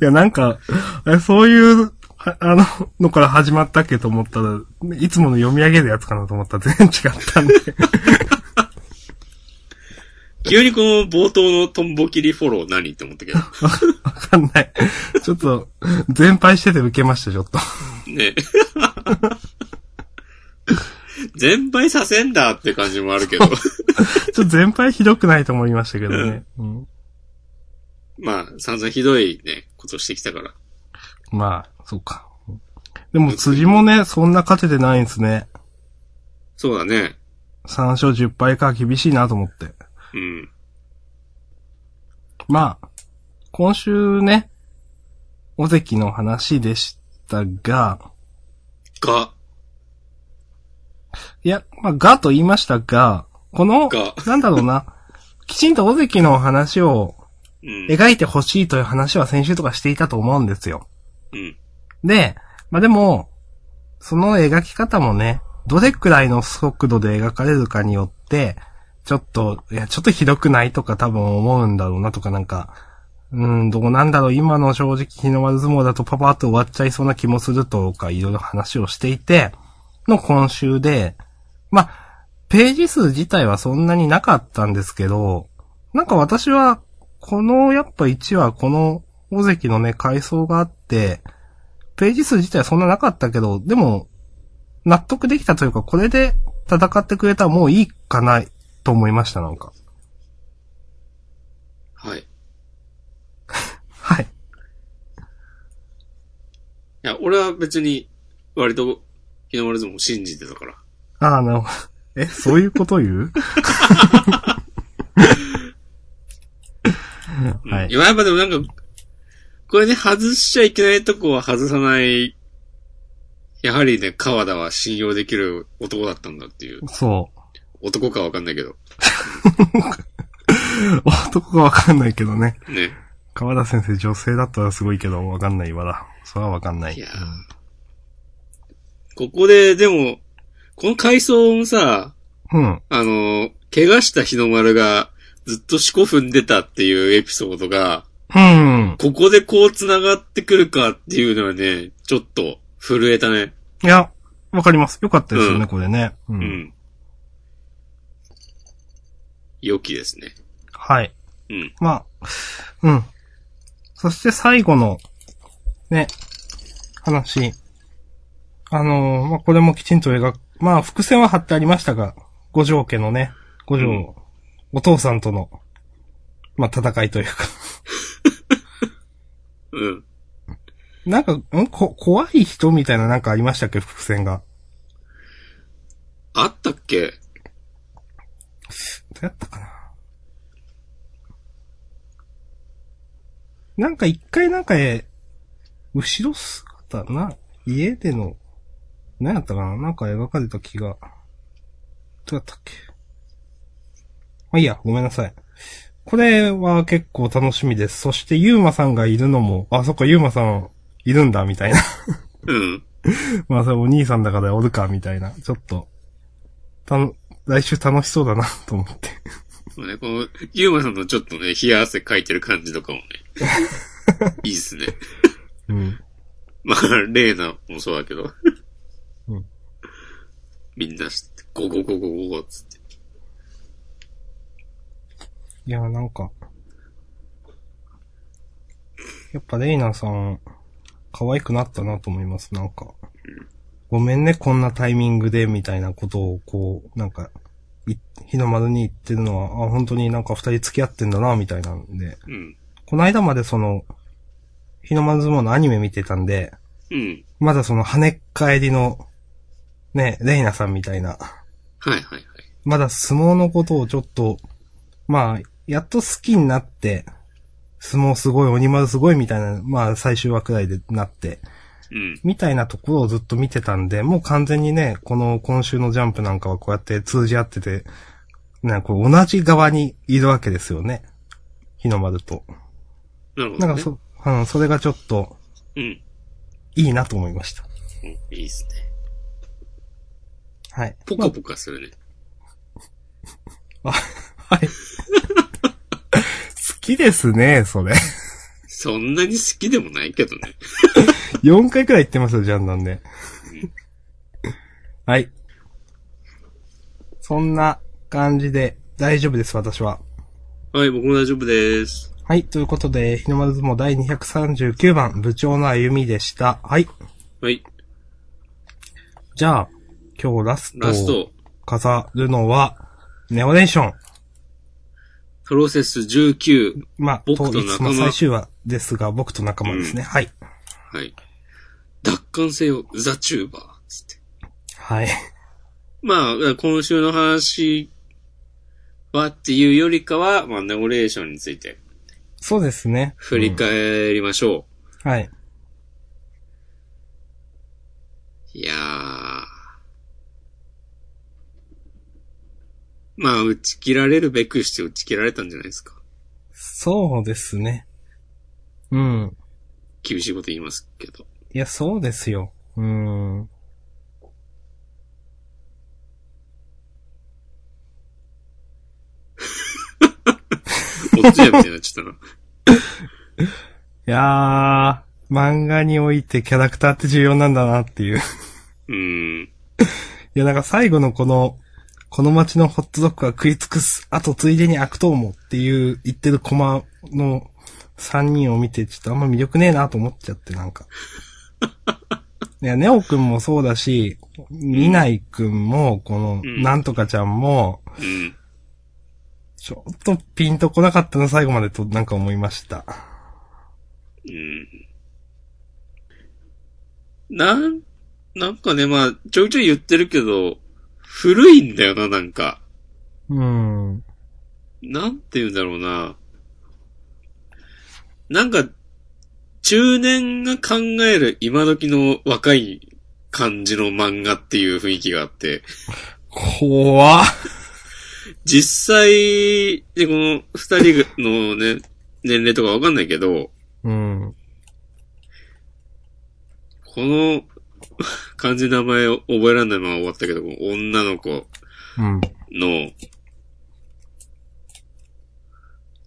S2: や、なんか、えそういうはあの、のから始まったっけと思ったら、いつもの読み上げるやつかなと思ったら全然違ったんで。
S1: 急にこの冒頭のトンボ切りフォロー何って思ったけど。
S2: わかんない。ちょっと、全敗してて受けました、ちょっと。
S1: ね 全敗させんだって感じもあるけど。
S2: ちょっと全敗ひどくないと思いましたけどね。うん
S1: まあ、散々ひどいね、ことしてきたから。
S2: まあ、そうか。でも、辻もね、そんな勝ててないんですね。
S1: そうだね。
S2: 3勝10敗か厳しいなと思って。
S1: うん。
S2: まあ、今週ね、尾関の話でしたが、
S1: が、
S2: いや、まあ、がと言いましたが、この
S1: が、
S2: なんだろうな、きちんと尾関の話を
S1: うん。
S2: 描いてほしいという話は先週とかしていたと思うんですよ。
S1: うん。
S2: で、まあ、でも、その描き方もね、どれくらいの速度で描かれるかによって、ちょっと、いや、ちょっとひどくないとか多分思うんだろうなとかなんか、うん、どうなんだろう、今の正直日の丸相撲だとパパッと終わっちゃいそうな気もするとか、いろいろ話をしていて、の今週で、まあ、ページ数自体はそんなになかったんですけど、なんか私は、このやっぱ1話、この大関のね、階層があって、ページ数自体はそんななかったけど、でも、納得できたというか、これで戦ってくれたらもういいかな、と思いました、なんか。
S1: はい。い
S2: はい。
S1: や、俺は別に、割と、日の丸相撲信じてたから。
S2: ああ、なるほど。え、そういうこと言う
S1: うん、
S2: はいい。
S1: や、やっぱでもなんか、これね、外しちゃいけないとこは外さない、やはりね、川田は信用できる男だったんだっていう。
S2: そう。
S1: 男かわかんないけど。
S2: 男がわかんないけどね。
S1: ね。
S2: 川田先生女性だったらすごいけど、わかんないわだ。それはわかんない。
S1: いやーここで、でも、この回想もさ、
S2: うん。
S1: あのー、怪我した日の丸がずっと四股踏んでたっていうエピソードが、
S2: うん。
S1: ここでこう繋がってくるかっていうのはね、ちょっと震えたね。
S2: いや、わかります。よかったですよね、
S1: うん
S2: これね。う。
S1: うんん。良きですね。
S2: はい。
S1: うん。
S2: まあ、うん。そして最後の、ね、話。あのーまあ、これもきちんと描く。まあ、伏線は貼ってありましたが、五条家のね、五条、
S1: うん
S2: お父さんとの、まあ、戦いというか。
S1: うん。
S2: なんか、んこ、怖い人みたいななんかありましたっけ伏線が。
S1: あったっけ
S2: どうやったかな。なんか一回なんか、え後ろ姿な、家での、何やったかななんか描かれた気が。どうやったっけまあいいや、ごめんなさい。これは結構楽しみです。そしてユーマさんがいるのも、あ、そっか、ユーマさんいるんだ、みたいな。
S1: うん。
S2: まあそれお兄さんだからおるか、みたいな。ちょっと、たの、来週楽しそうだな、と思って。
S1: そうね、この、ユーマさんのちょっとね、冷や汗かいてる感じとか もね。いいっすね。
S2: うん。
S1: まあ、レーナもそうだけど。
S2: うん
S1: みんな知って、ゴゴゴゴゴゴっつって。
S2: いや、なんか。やっぱレイナさん、可愛くなったなと思います、なんか。ごめんね、こんなタイミングで、みたいなことを、こう、なんか、い日の丸に言ってるのは、あ、本当になんか二人付き合ってんだな、みたいなんで。
S1: うん。
S2: この間までその、日の丸相撲のアニメ見てたんで、
S1: うん。
S2: まだその跳ねっ返りの、ね、レイナさんみたいな、
S1: はいはいはい。
S2: まだ相撲のことをちょっと、まあ、やっと好きになって、相撲すごい、鬼丸すごいみたいな、まあ最終話くらいでなって、
S1: うん。
S2: みたいなところをずっと見てたんで、もう完全にね、この今週のジャンプなんかはこうやって通じ合ってて、なんかこう同じ側にいるわけですよね。日の丸と。
S1: なるほど、ね。
S2: なんかそ、うん、それがちょっと
S1: うん。
S2: いいなと思いました。
S1: うん。いいっすね。
S2: はい。
S1: ポカポカするね。
S2: あ、はい。好きですね、それ。
S1: そんなに好きでもないけどね。
S2: 4回くらい行ってますよ、ジャンダンで。はい。そんな感じで大丈夫です、私は。
S1: はい、僕も大丈夫です。
S2: はい、ということで、日の丸相撲第239番、部長の歩みでした。はい。
S1: はい、
S2: じゃあ、今日ラス
S1: ラス
S2: トを
S1: ト。
S2: 飾るのは、ネオネーション。
S1: プロセス19。
S2: まあ、
S1: 僕
S2: 統
S1: と仲間
S2: 一の最終話ですが、僕と仲間ですね。はい。
S1: はい。奪還せよ、ザチューバー。つって。
S2: はい。
S1: まあ、今週の話はっていうよりかは、まあ、ネオレーションについて
S2: そうですね。
S1: 振り返りましょ
S2: はい。
S1: う。いやー。まあ、打ち切られるべくして打ち切られたんじゃないですか。
S2: そうですね。うん。
S1: 厳しいこと言いますけど。
S2: いや、そうですよ。うん。
S1: おっちゃみたいになっちゃったな。
S2: いやー、漫画においてキャラクターって重要なんだなっていう。
S1: うーん。
S2: いや、なんか最後のこの、この街のホットドッグは食い尽くす。あと、ついでに悪党もっていう言ってるコマの3人を見て、ちょっとあんま魅力ねえなと思っちゃって、なん か。いや、ネオくんもそうだし、ミナイくんも、この、
S1: うん
S2: なんとかちゃんも、
S1: うん。
S2: ちょっとピンとこなかったの最後までと、なんか思いました。
S1: うん。なん、なんかね、まあ、ちょいちょい言ってるけど、古いんだよな、なんか。
S2: うん。
S1: なんて言うんだろうな。なんか、中年が考える今時の若い感じの漫画っていう雰囲気があって、
S2: 怖っ。
S1: 実際、で、この二人のね、年齢とかわかんないけど、
S2: うん。
S1: この漢字の名前を覚えられないまま終わったけど、女の子
S2: うん。
S1: の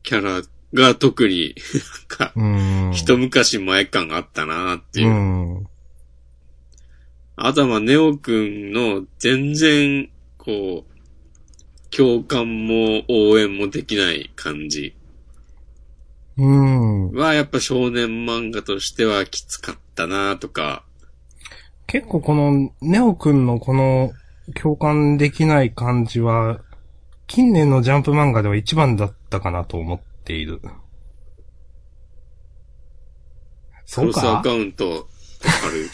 S1: キャラが特になんか、
S2: うん。
S1: 一昔前感があったなっていうう。
S2: ん。
S1: あとはまあ、ネオくんの全然、こう、共感も応援もできない感じ
S2: うん。
S1: は、やっぱ少年漫画としてはきつかったなとか、
S2: 結構この、ネオくんのこの、共感できない感じは、近年のジャンプ漫画では一番だったかなと思っている。
S1: ク
S2: そう
S1: ロスア
S2: か
S1: カウントある。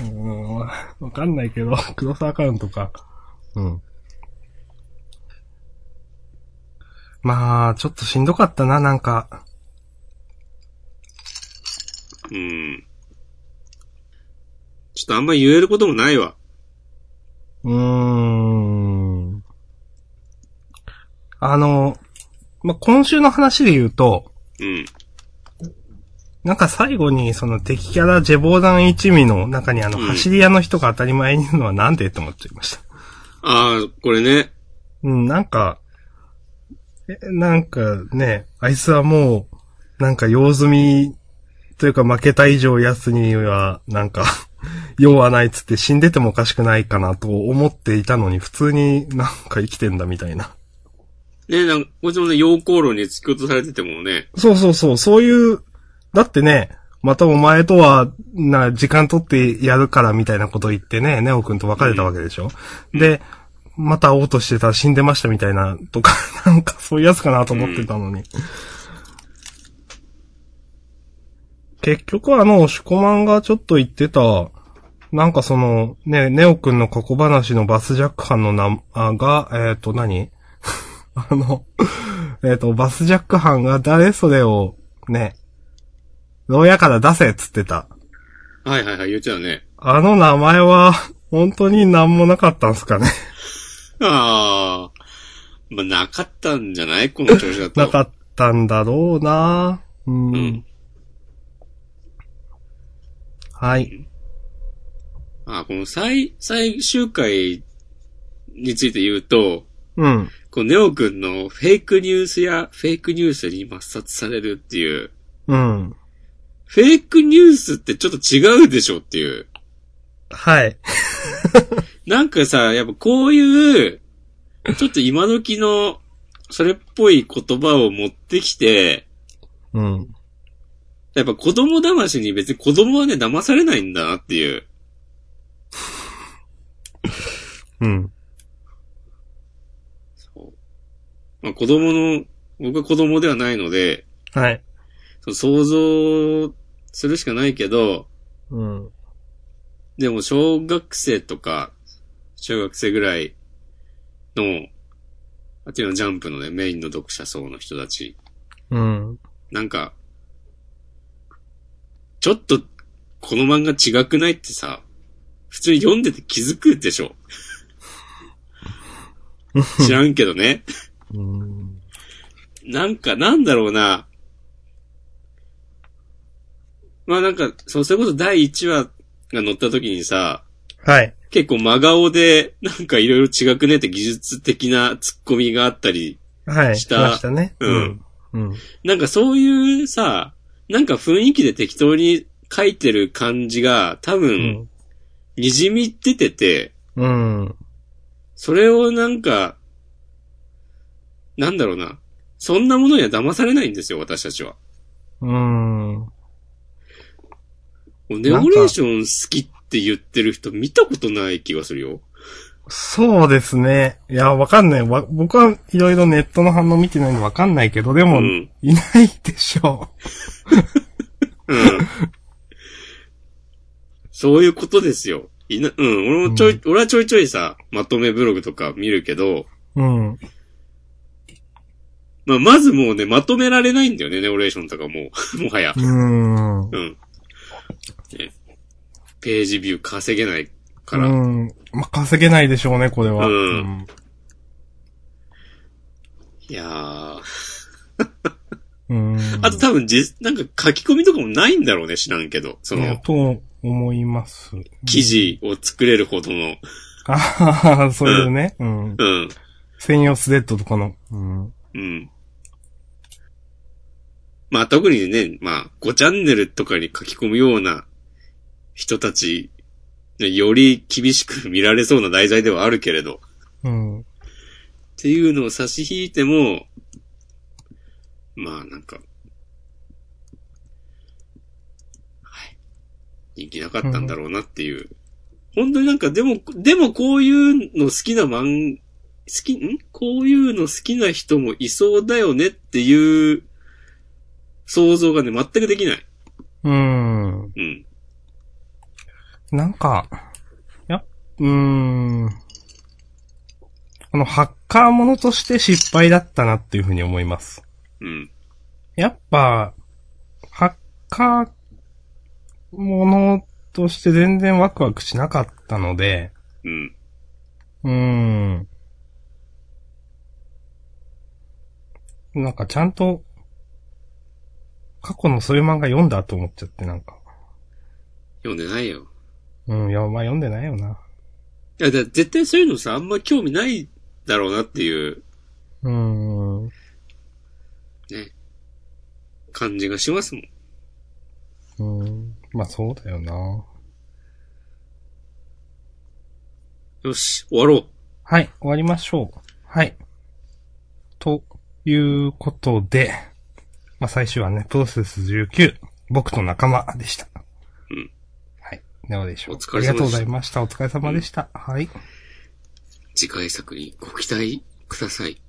S2: うん、わわかんないけど、 クロスアカウントか。うん。まあ、ちょっとしんどかったな、なんか。
S1: うん。ちょっとあんま言えることもないわ。
S2: うーん。あの、まあ、今週の話で言うと、
S1: うん。
S2: なんか最後に、その敵キャラジェボーダン一味の中にあの、
S1: うん
S2: 走り屋の人が当たり前にいるのはなんでって思っちゃいました。
S1: ああ、これね。
S2: うん、なんか、え、なんかね、あいつはもう、なんか用済み、というか負けた以上奴には、なんか、 用はないっつって死んでてもおかしくないかなと思っていたのに、普通になんか生きてんだみたいな。
S1: ね、なんか、こっちもね、陽光炉に突き落とされててもね、
S2: そうそうそう、そういう、だってね、またお前とは、な、時間取ってやるからみたいなこと言ってね、ネオくんと別れたわけでしょ、で、また会おうとしてたら死んでましたみたいな、とか、 なんかそういうやつかなと思ってたのに。結局あの、押し込まんがちょっと言ってた、なんかその、ね、ネオくんの過去話のバスジャック犯の名あが、えっ、と何 あの、えっ、と、バスジャック犯が誰それを、ね、牢屋から出せっつってた。
S1: はいはいはい、言っちゃうね。
S2: あの名前は、本当になんもなかったん すかね。
S1: ああ。まあ、なかったんじゃないこの調子だと。
S2: なかったんだろうなうん。
S1: うん
S2: はい。
S1: あ、この最、最終回について言うと、
S2: うん。
S1: こうネオくんのフェイクニュースやフェイクニュースに抹殺されるっていう、
S2: うん。
S1: フェイクニュースってちょっと違うでしょっていう。
S2: はい。
S1: なんかさ、やっぱこういう、ちょっと今時の、それっぽい言葉を持ってきて、
S2: うん。
S1: やっぱ子供騙しに別に子供はね、騙されないんだなっていう。
S2: うん。
S1: まあ子供の、僕は子供ではないので、
S2: はい。
S1: その想像するしかないけど、
S2: うん。
S1: でも小学生とか、中学生ぐらいの、あていうのジャンプのね、メインの読者層の人たち、
S2: うん。
S1: なんか、ちょっと、この漫画違くないってさ、普通に読んでて気づくでしょ 知らんけどね。
S2: うん。
S1: なんか、なんだろうな。まあなんか、そう、それこそ第1話が載った時にさ、
S2: はい。
S1: 結構真顔で、なんかいろいろ違くねって技術的な突っ込みがあったり、
S2: はい。
S1: し
S2: したましたね。
S1: うん。
S2: うん。
S1: なんかそういうさ、なんか雰囲気で適当に書いてる感じが多
S2: う
S1: 分、
S2: ん。
S1: 滲み出てて、
S2: うん。
S1: それをなんか、なんだろうな。そんなものには騙されないんですよ、私たちは。
S2: うん。
S1: ネオレーション好きって言ってる人見たことない気がするよ。
S2: そうですね。いや、わかんない。わ、僕はいろいろネットの反応見てないんでわかんないけど、でも、
S1: うん
S2: いないでしょ
S1: うん。そういうことですよ。いな、うん、俺もちょい、俺はちょいちょいさ、まとめブログとか見るけど、
S2: う。 うん。
S1: まあ、まずもうね、まとめられないんだよね、ネオレーションとかもう、 もはや。
S2: うん。
S1: うん。ね、ページビュー稼げないから。
S2: うん。まあ、稼げないでしょうね、これは。
S1: うん
S2: うん。
S1: いやー。
S2: うん。
S1: あと多分じ、なんか書き込みとかもないんだろうね、知らんけど。そ
S2: いや
S1: の、
S2: と思います。
S1: 記事を作れるほどの、
S2: あはは、そういうね。うん。
S1: うん。
S2: 専用スレッドとかの。うん。
S1: うん。まあ特にね、まあ5チャンネルとかに書き込むような人たち、ねより厳しく見られそうな題材ではあるけれど、
S2: うん。
S1: っていうのを差し引いても、まあなんか、はい。人気なかったんだろうなっていう。本当になんかでも、でもこういうの好きな漫、好き、んこういうの好きな人もいそうだよねっていう想像がね、全くできない。
S2: うん。
S1: うん。
S2: なんか、いや、うーん。あの、ハッカーものとして失敗だったなっていうふうに思います。
S1: うん。
S2: やっぱ、ハッカーものとして全然ワクワクしなかったので、
S1: うん。
S2: うーん。なんかちゃんと、過去のそういう漫画読んだと思っちゃって、なんか。
S1: 読んでないよ。
S2: うん、いや、まあ読んでないよな。
S1: いや、だ絶対そういうのさ、あんま興味ないだろうなっていう
S2: うーん。
S1: 感じがしますもん。
S2: うん。まあそうだよな。
S1: よし、終わろう。
S2: はい、終わりましょう。はい。ということで、まあ最終はね、プロセス19、僕と仲間でした。
S1: うん。
S2: はい。どうでしょう。
S1: お疲れ様でした
S2: ありがとうございました。お疲れ様でした。はい。
S1: 次回作にご期待ください。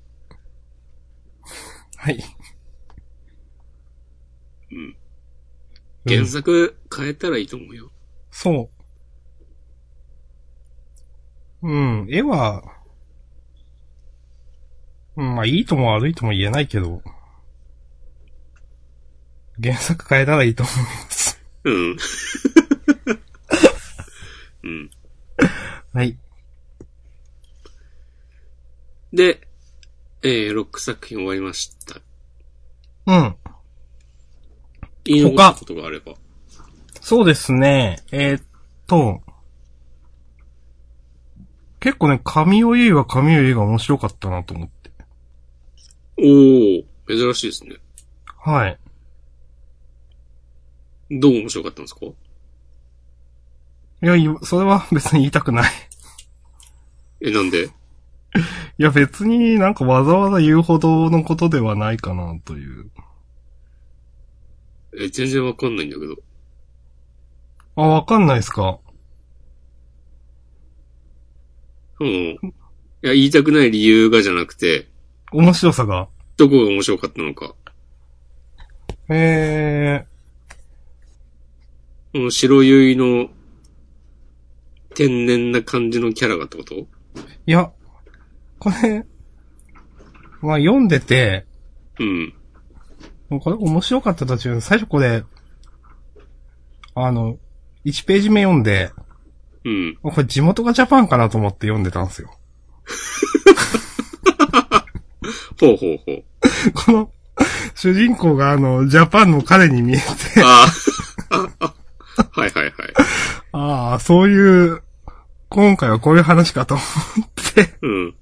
S2: はい。
S1: うん。
S2: うん
S1: 原作変えたらいいと思うよ。
S2: そう。うん、絵は、うん、まあ、いいとも悪いとも言えないけど、原作変えたらいいと思います。
S1: うん。うん。
S2: はい。
S1: で、えー、ロック作品終わりました。
S2: うん。
S1: 言い残したことがあれば。
S2: そうですね。えーっと、結構ね、神尾結衣は神尾結衣が面白かったなと思って。
S1: おー、珍しいですね。
S2: はい。
S1: どう面白かったんですか
S2: いや、いそれは別に言いたくない。
S1: え、なんで
S2: いや、別になんかわざわざ言うほどのことではないかなという。
S1: え、全然わかんないんだけど。
S2: あ、わかんないですか。
S1: うん。いや、言いたくない理由がじゃなくて、
S2: 面白さが。
S1: どこが面白かったのか。
S2: え
S1: この白ゆいの天然な感じのキャラがってこと
S2: ー、いや、これ、まあ読んでて、
S1: うん。
S2: もうこれ面白かった途中、最初これ、あの、1ページ目読んで、
S1: うん。
S2: これ地元がジャパンかなと思って読んでたんですよ。
S1: ほうほうほう。
S2: この、主人公があの、ジャパンの彼に見えて、
S1: ああ。 はいはいはい。
S2: ああ、そういう、今回はこういう話かと思って、
S1: うん。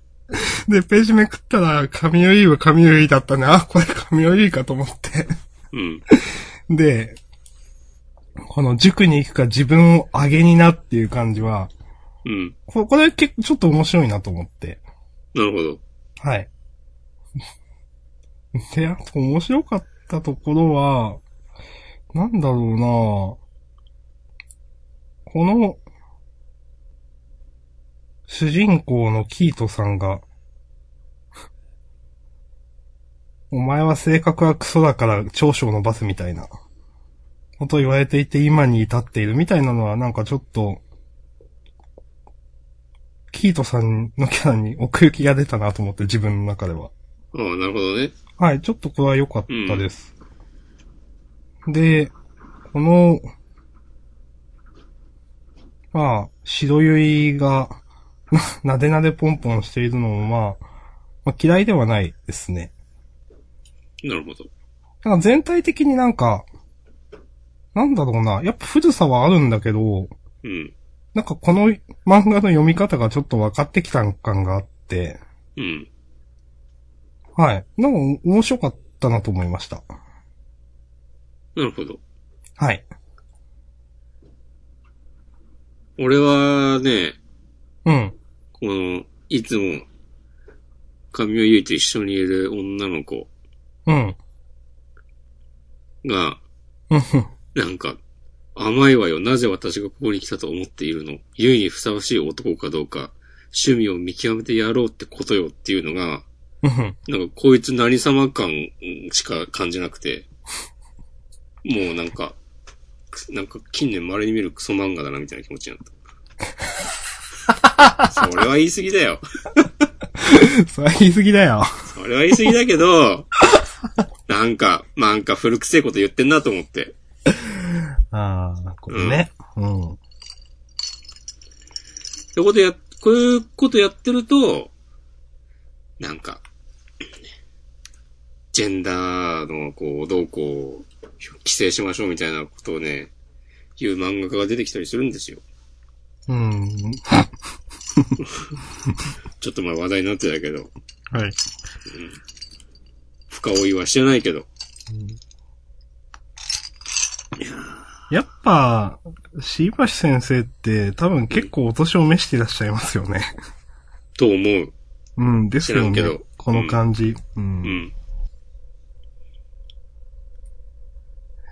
S2: で、ページめくったら、神尾イブ神尾イだったね。あ、これ神尾イかと思って。
S1: うん。
S2: で、この塾に行くか自分を上げになっていう感じは、
S1: うん。
S2: ここれ結構ちょっと面白いなと思って。
S1: なるほど。
S2: はい。 で、あと面白かったところは、なんだろうなこの、主人公のキートさんが、お前は性格はクソだから長所を伸ばすみたいな、ことを言われていて今に至っているみたいなのはなんかちょっと、キートさんのキャラに奥行きが出たなと思って自分の中では。
S1: ああ、なるほどね。
S2: はい、ちょっとこれは良かったです。で、この、まあ、白ゆいが、な、なでなでポンポンしているのもまあ、まあ嫌いではないですね。
S1: なるほど。
S2: なんか全体的になんか、なんだろうな、やっぱ古さはあるんだけど、
S1: うん。
S2: なんかこの漫画の読み方がちょっと分かってきた感があって、
S1: うん。
S2: はい。なんか面白かったなと思いました。
S1: なるほど。
S2: はい。
S1: 俺はね、
S2: うん。
S1: この、いつも、神尾ゆいと一緒にいる女の子
S2: うん。
S1: が、
S2: うん
S1: なんか、甘いわよ。なぜ私がここに来たと思っているのゆいにふさわしい男かどうか、趣味を見極めてやろうってことよっていうのが、
S2: うん。
S1: なんかこいつ何様感しか感じなくて、もうなんか、くなんか近年稀に見るクソ漫画だなみたいな気持ちになった。それは言い過ぎだよ。
S2: それは言い過ぎだよ。
S1: それは言い過ぎだけど、なんか、なんか古臭いこと言ってんなと思って。
S2: ああ、これね。うん。
S1: そういうことや、こういうことやってると、なんか、ジェンダーの、こう、どうこう、規制しましょうみたいなことをね、いう漫画家が出てきたりするんですよ。
S2: うん。
S1: ちょっと前話題になってたけど、
S2: はい。
S1: 深追いはしてないけど。
S2: やっぱ、椎橋先生って多分結構お年を召していらっしゃいますよね。
S1: と思う。
S2: うん、ですよ
S1: 知
S2: ね
S1: らんけど。
S2: この感じ。う。
S1: うんん。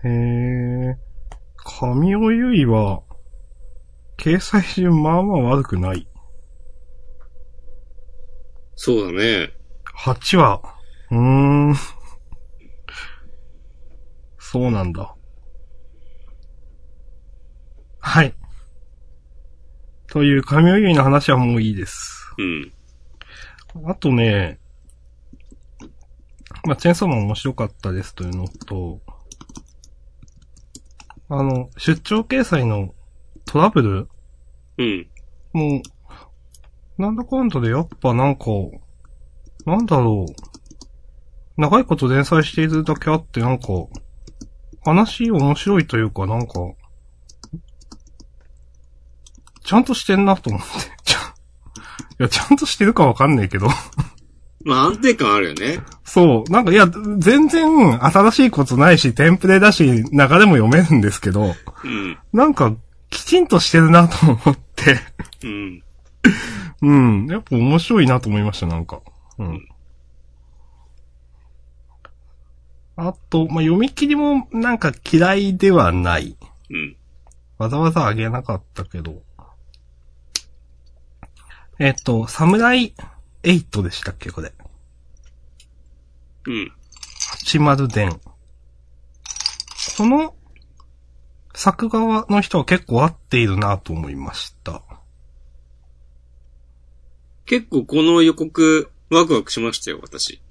S2: へえ。神尾優衣は、掲載順まあまあ悪くない。
S1: そうだね。
S2: 8話。うーん。そうなんだ。はい。という、神尾結衣の話はもういいです。
S1: うん。
S2: あとね、まあ、チェーンソーマン面白かったですというのと、あの、出張掲載のトラブル
S1: うん。
S2: もう、なんだかんだでやっぱなんか、なんだろう。長いこと連載しているだけあってなんか、話面白いというかなんか、 ちゃんとしてんなと思って。ちゃんいや、ちゃんとしてるかわかんないけど。
S1: まあ安定感あるよね。
S2: そう。なんか、いや、全然新しいことないし、テンプレだし、中でも読めるんですけ
S1: う
S2: ど、
S1: ん。
S2: なんか、きちんとしてるなと思って、
S1: うん。
S2: うん。やっぱ面白いなと思いました、なんか。うん。あと、まあ、読み切りもなんか嫌いではない。
S1: うん。
S2: わざわざあげなかったけど。えっと、サムライ8でしたっけ、これ。
S1: うん。
S2: 80伝。この作画の人は結構合っているなと思いました。
S1: 結構この予告、ワクワクしましたよ、私。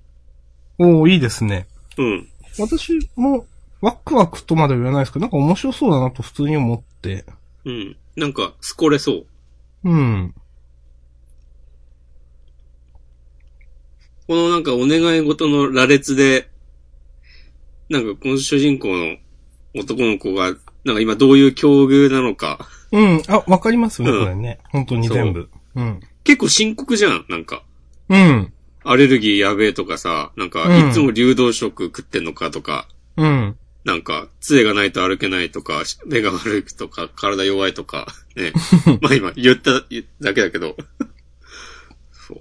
S2: おおいいですね。
S1: うん。
S2: 私も、ワクワクとまでは言わないですけど、なんか面白そうだなと普通に思って。
S1: うん。なんか、すこれそう。
S2: うん。
S1: このなんかお願い事の羅列で、なんかこの主人公の男の子が、なんか今どういう境遇なのか。
S2: うん。あ、わかりますね、
S1: うん
S2: これね。本当に全部。うん。
S1: 結構深刻じゃん、なんか。
S2: うん。
S1: アレルギーやべえとかさ、なんか
S2: うん
S1: いつも流動食食ってんのかとか、
S2: うん。
S1: なんか杖がないと歩けないとか、目が悪いとか、体弱いとか、 ね。まあ今言った言っただけだけど。そう。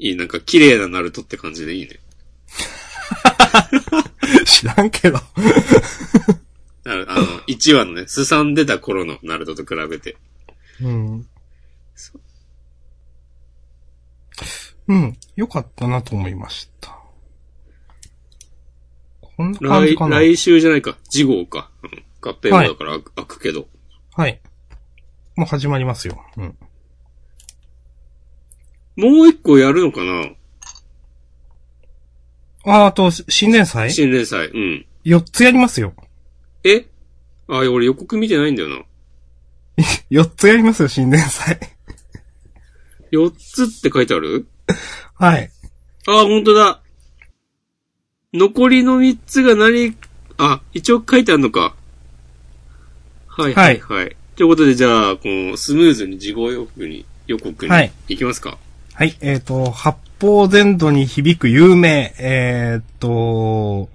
S1: いい、なんか綺麗なナルトって感じでいいね。
S2: 知らんけど。
S1: なる、あの、1話のね、すさんでた頃のナルトと比べて。
S2: うん
S1: そ。
S2: うん。よかったなと思いました。こんな感
S1: 来、
S2: じかな。
S1: 来週じゃないか。次号か。うん。合併後だから開く,、開くけど。
S2: はい。もう始まりますよ。うん。
S1: もう一個やるのかな
S2: あ、あと、し新年祭
S1: 新連載。うん。
S2: ?4 つやりますよ。
S1: えあ、俺予告見てないんだよな。
S2: 4つやりますよ、新年祭。
S1: 4つって書いてある
S2: はい。
S1: あ、本当だ。残りの3つが何、あ、一応書いてあるのか。はいはいはい。ということで、じゃあ、この、スムーズに次号予告に、予告に、
S2: はい
S1: 行きますか。
S2: はい、えっ、と、八方全土に響く有名、えっ、と、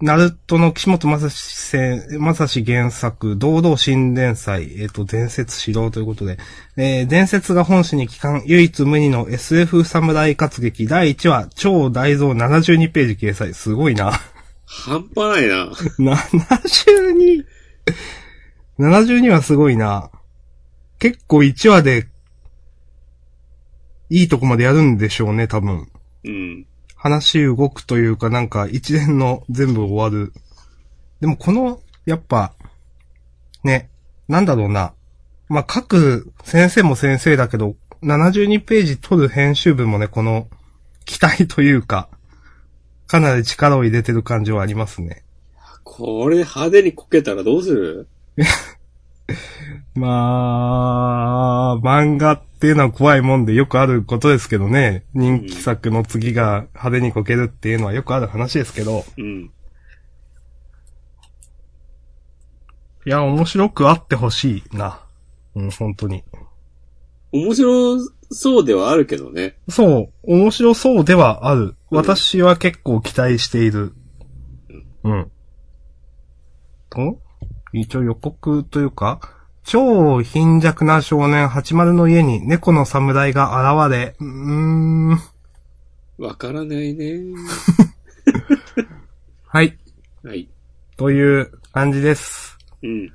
S2: ナルトの岸本正史せん、正史原作、堂々新伝祭、えっ、と、伝説指導ということで、えー伝説が本誌に帰還、唯一無二の SF 侍活劇第1話、超大蔵72ページ掲載。すごいな。
S1: 半端ないな。
S2: 72。72はすごいな。結構1話で、いいとこまでやるんでしょうね、多分。
S1: うん。
S2: 話動くというか、なんか一連の全部終わる。でもこの、やっぱ、ね、なんだろうな。まあ、各先生も先生だけど、72ページ取る編集部もね、この、期待というか、かなり力を入れてる感じはありますね。
S1: これ派手にこけたらどうする
S2: まあ、漫画っていうのは怖いもんでよくあることですけどね。人気作の次が派手にこけるっていうのはよくある話ですけど。
S1: うん。
S2: いや、面白くあってほしいな。うん、本当に。
S1: 面白そうではあるけどね。
S2: そう、面白そうではある。
S1: うん
S2: 私は結構期待している。うん。と一応予告というか、超貧弱な少年八丸の家に猫の侍が現れ、うーん。
S1: わからない ね。
S2: はい。
S1: はい。
S2: という感じです。
S1: うん。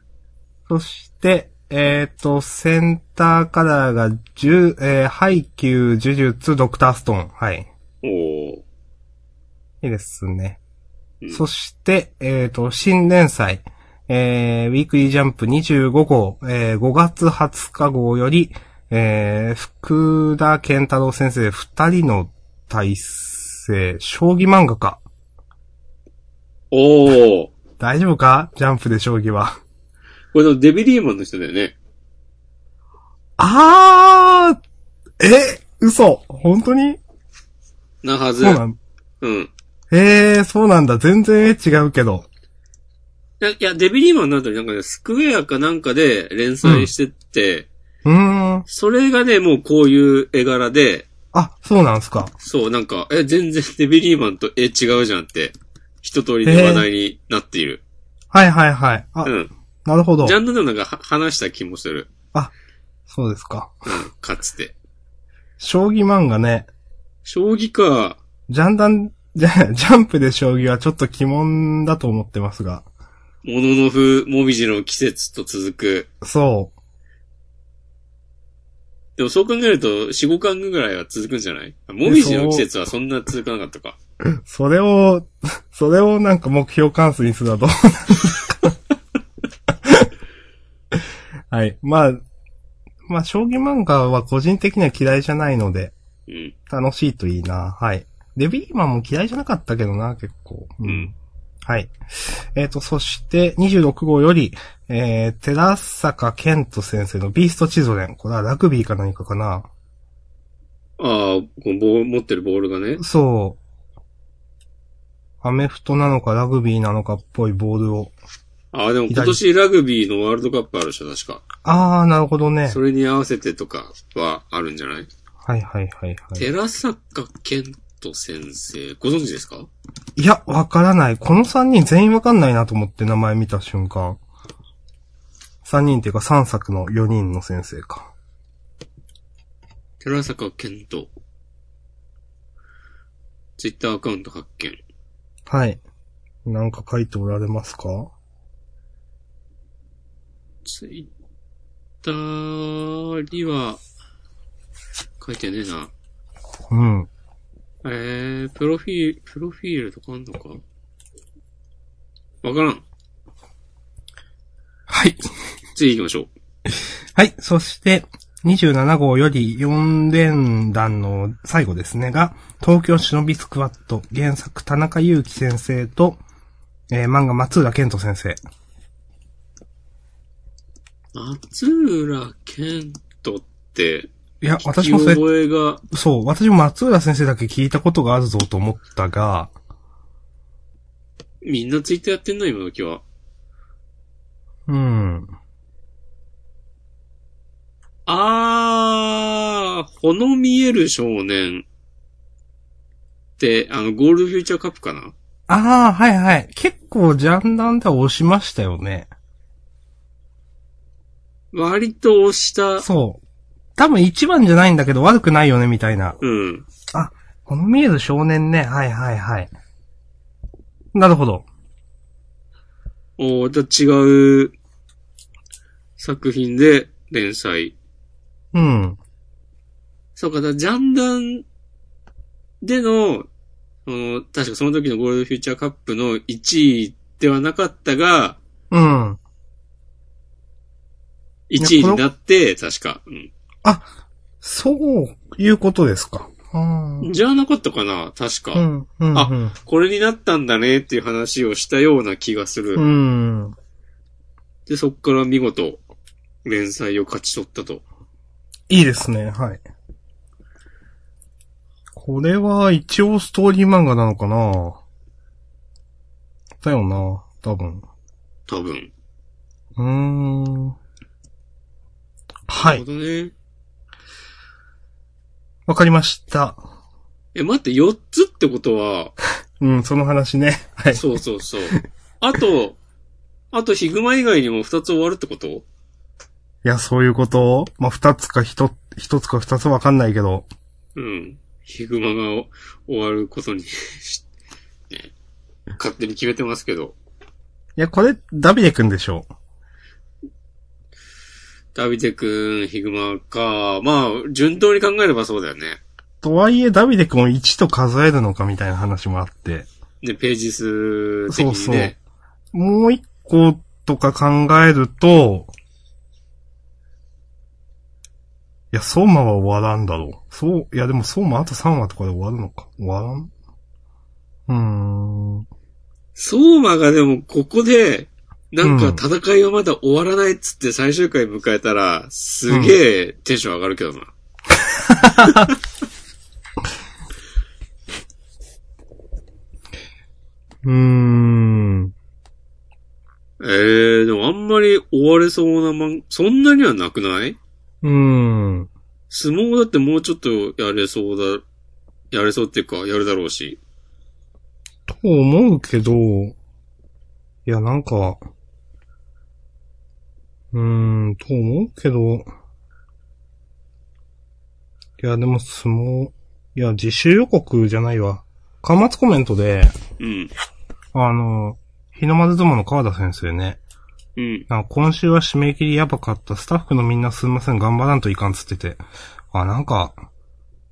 S2: そして、えっ、と、センターカラーが10、えー、ハイキュー、呪術、ドクターストーン。はい。
S1: おー。
S2: いいですね。
S1: うん
S2: そして、えっ、と、新連載、えー、ウィークリージャンプ25号、えー、5月20日号より、えー、福田健太郎先生二人の体制、将棋漫画か。
S1: おー。
S2: 大丈夫かジャンプで将棋は。
S1: これのデビリーマンの人だよね。
S2: あーえ嘘本当に
S1: なはず。
S2: そうなん
S1: うん。
S2: えー、そうなんだ。全然違うけど。
S1: いや、いやデビリーマンなんだなんかね、スクエアかなんかで連載してって、
S2: ううーん。
S1: それがね、もうこういう絵柄で、
S2: あ、そうなんすか。
S1: そう、なんか、え、全然デビリーマンと絵違うじゃんって、一通りで話題になっている。
S2: はいはいはい。あ、
S1: うん。
S2: なるほど
S1: ジ。ャンルでもなんかは話した気もする。
S2: そうですか。
S1: うん、かつて。
S2: 将棋漫画ね、
S1: 将棋か、
S2: ジャンダン、 ジャジャンプで将棋はちょっと鬼門だと思ってますが。
S1: もののふ、もみじの季節と続く。
S2: そう。
S1: でもそう考えると、4、5巻ぐらいは続くんじゃないあもみじの季節はそんな続かなかったか。
S2: それを、 それをなんか目標関数にするのはどうなんですか はい。まあ、まあ、将棋漫画は個人的には嫌いじゃないので、
S1: うん。
S2: 楽しいといいな。はい。デビーマンも嫌いじゃなかったけどな、結構。う
S1: うん。
S2: はい。えっ、と、そして、26号より、えー、寺坂健人先生のビーストチゾレン。これはラグビーか何かかな
S1: ああ、このボー持ってるボールがね。
S2: そう。アメフトなのかラグビーなのかっぽいボールを。
S1: ああ、でも今年ラグビーのワールドカップあるでしょ、確か。
S2: あー、なるほどね
S1: そ。れに合わせてとかはあるんじゃない
S2: はいはいはいはい。
S1: 寺坂健人先生、ご存知ですか
S2: いや、わからない。この3人全員わかんないなと思って名前見た瞬間。3人っていうか3作の4人の先生か。
S1: 寺坂健人。ツイッターアカウント発見。
S2: はい。なんか書いておられますか
S1: ツイッターには、書いてねえな。
S2: うん。
S1: えー、プロフィール、プロフィールとかあんのかわからん。
S2: はい。
S1: 次行きましょう。
S2: はい。そして、27号より4連弾の最後ですねが、東京忍びスクワット、原作田中祐樹先生と、えー漫画松浦健人先生。
S1: 松浦健人って、
S2: いや、
S1: 聞
S2: 私
S1: き
S2: もそれ、
S1: 覚えが、
S2: そう、私も松浦先生だけ聞いたことがあるぞと思ったが、
S1: みんなツイッターやってんな、今時は。
S2: うん。
S1: あー、ほの見える少年って、あの、ゴールドフューチャーカップかな
S2: ああ、はいはい。結構ジャンダンでは押しましたよね。
S1: 割と押した、
S2: そう。多分一番じゃないんだけど悪くないよね、みたいな。
S1: うん。
S2: この見える少年ね。はいはいはい。なるほど。
S1: おまた違う作品で連載。
S2: うん。
S1: そうか、だからジャンダンでの、その確かその時のゴールドフューチャーカップの1位ではなかったが、
S2: うん。
S1: 1
S2: い
S1: 位
S2: やこ
S1: に
S2: の
S1: なって、確か、うん
S2: そういうことですか。うん。うん。
S1: じゃなかったかな確か、
S2: うん。うん
S1: あこれになったんだねっていう話をしたような気がする。
S2: うん。
S1: で、そっから見事、連載を勝ち取ったと。
S2: いいですね。はい。これは一応ストーリー漫画なのかなだよな。多分。
S1: 多分。
S2: うーん。は
S1: ないる。ほどね。
S2: わかりました。
S1: え、待って、4つってことは、
S2: うん、その話ね。はい。
S1: そうそうそう。あと、あとヒグマ以外にも2つ終わるってこと
S2: いや、そういうことまあ、二つか一つ、一つか二つわかんないけど。
S1: うん。ヒグマがお終わることに し、ね、勝手に決めてますけど。
S2: いや、これ、ダビデくんでしょ
S1: ダビデくん、ヒグマか。まあ、順当に考えればそうだよね。
S2: とはいえ、ダビデ君を1と数えるのかみたいな話もあって、
S1: で、ページ数的にね。
S2: そうそうもう1個とか考えると、いや、相馬は終わらんだろう。そう、いやでも相馬あと3話とかで終わるのか。終わらんうーん。
S1: 相馬がでもここで、なん
S2: う
S1: か
S2: ん
S1: 戦いはまだ終わらないっつって最終回迎えたら、すげえテンション上がるけどな。
S2: うーん。
S1: ええー、でもあんまり終われそうな漫画、そんなにはなくない
S2: うん。
S1: 相撲だってもうちょっとやれそうだ、やれそうっていうか、やるだろうし。
S2: と思うけど、いや、なんか、うーん、と思うけど、いや、でも相撲、いや、自主予告じゃないわ。端末コメントで、
S1: うん。
S2: あの、日の丸相撲の川田先生ね、
S1: うん。
S2: なんか今週は締め切りやばかった、スタッフのみんなすいません、頑張らんといかんつってて、あ、なんか、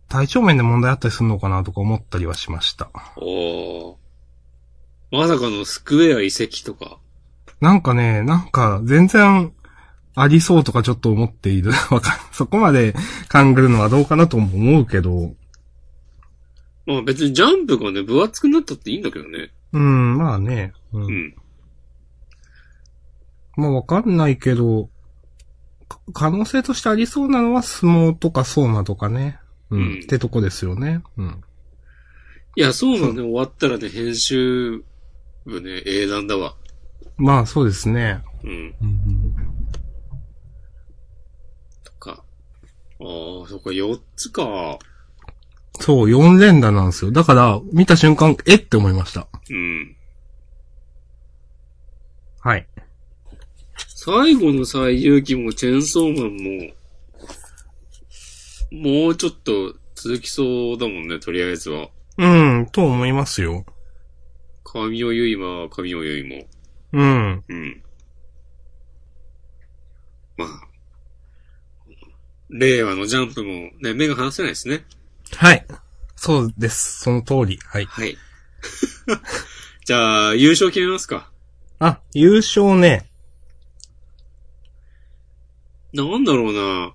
S2: 体調面で問題あったりするのかなとか思ったりはしました。
S1: おー。まさかのスクエア遺跡とか。
S2: なんかね、なんか全然ありそうとかちょっと思っている。 わかんそこまで勘ぐるのはどうかなとも思うけど。
S1: まあ別にジャンプがね、分厚くなったっていいんだけどね。
S2: うん、まあね。う、
S1: うんん。
S2: まあわかんないけど、か可能性としてありそうなのは相撲とか相馬とかね。うん。
S1: うん
S2: ってとこですよね。うん。
S1: いや、そうなんね、終わったらね、編集部ね、英断だわ。
S2: まあそうですね。
S1: うん。
S2: うん、
S1: とか。ああ、そっか、4つか。
S2: そう、4連打なんですよ。だから、見た瞬間、えって思いました。
S1: うん。
S2: はい。
S1: 最後の最遊記もチェーンソーマンも、もうちょっと続きそうだもんね、とりあえずは。
S2: うん、と思いますよ。
S1: 神尾結衣は神尾結衣も。
S2: うん。
S1: うん。まあ。令和のジャンプもね、目が離せないですね。
S2: はい。そうです。その通り。はい。
S1: はい。 じゃあ、優勝決めますか。
S2: あ、優勝ね。
S1: なんだろうな。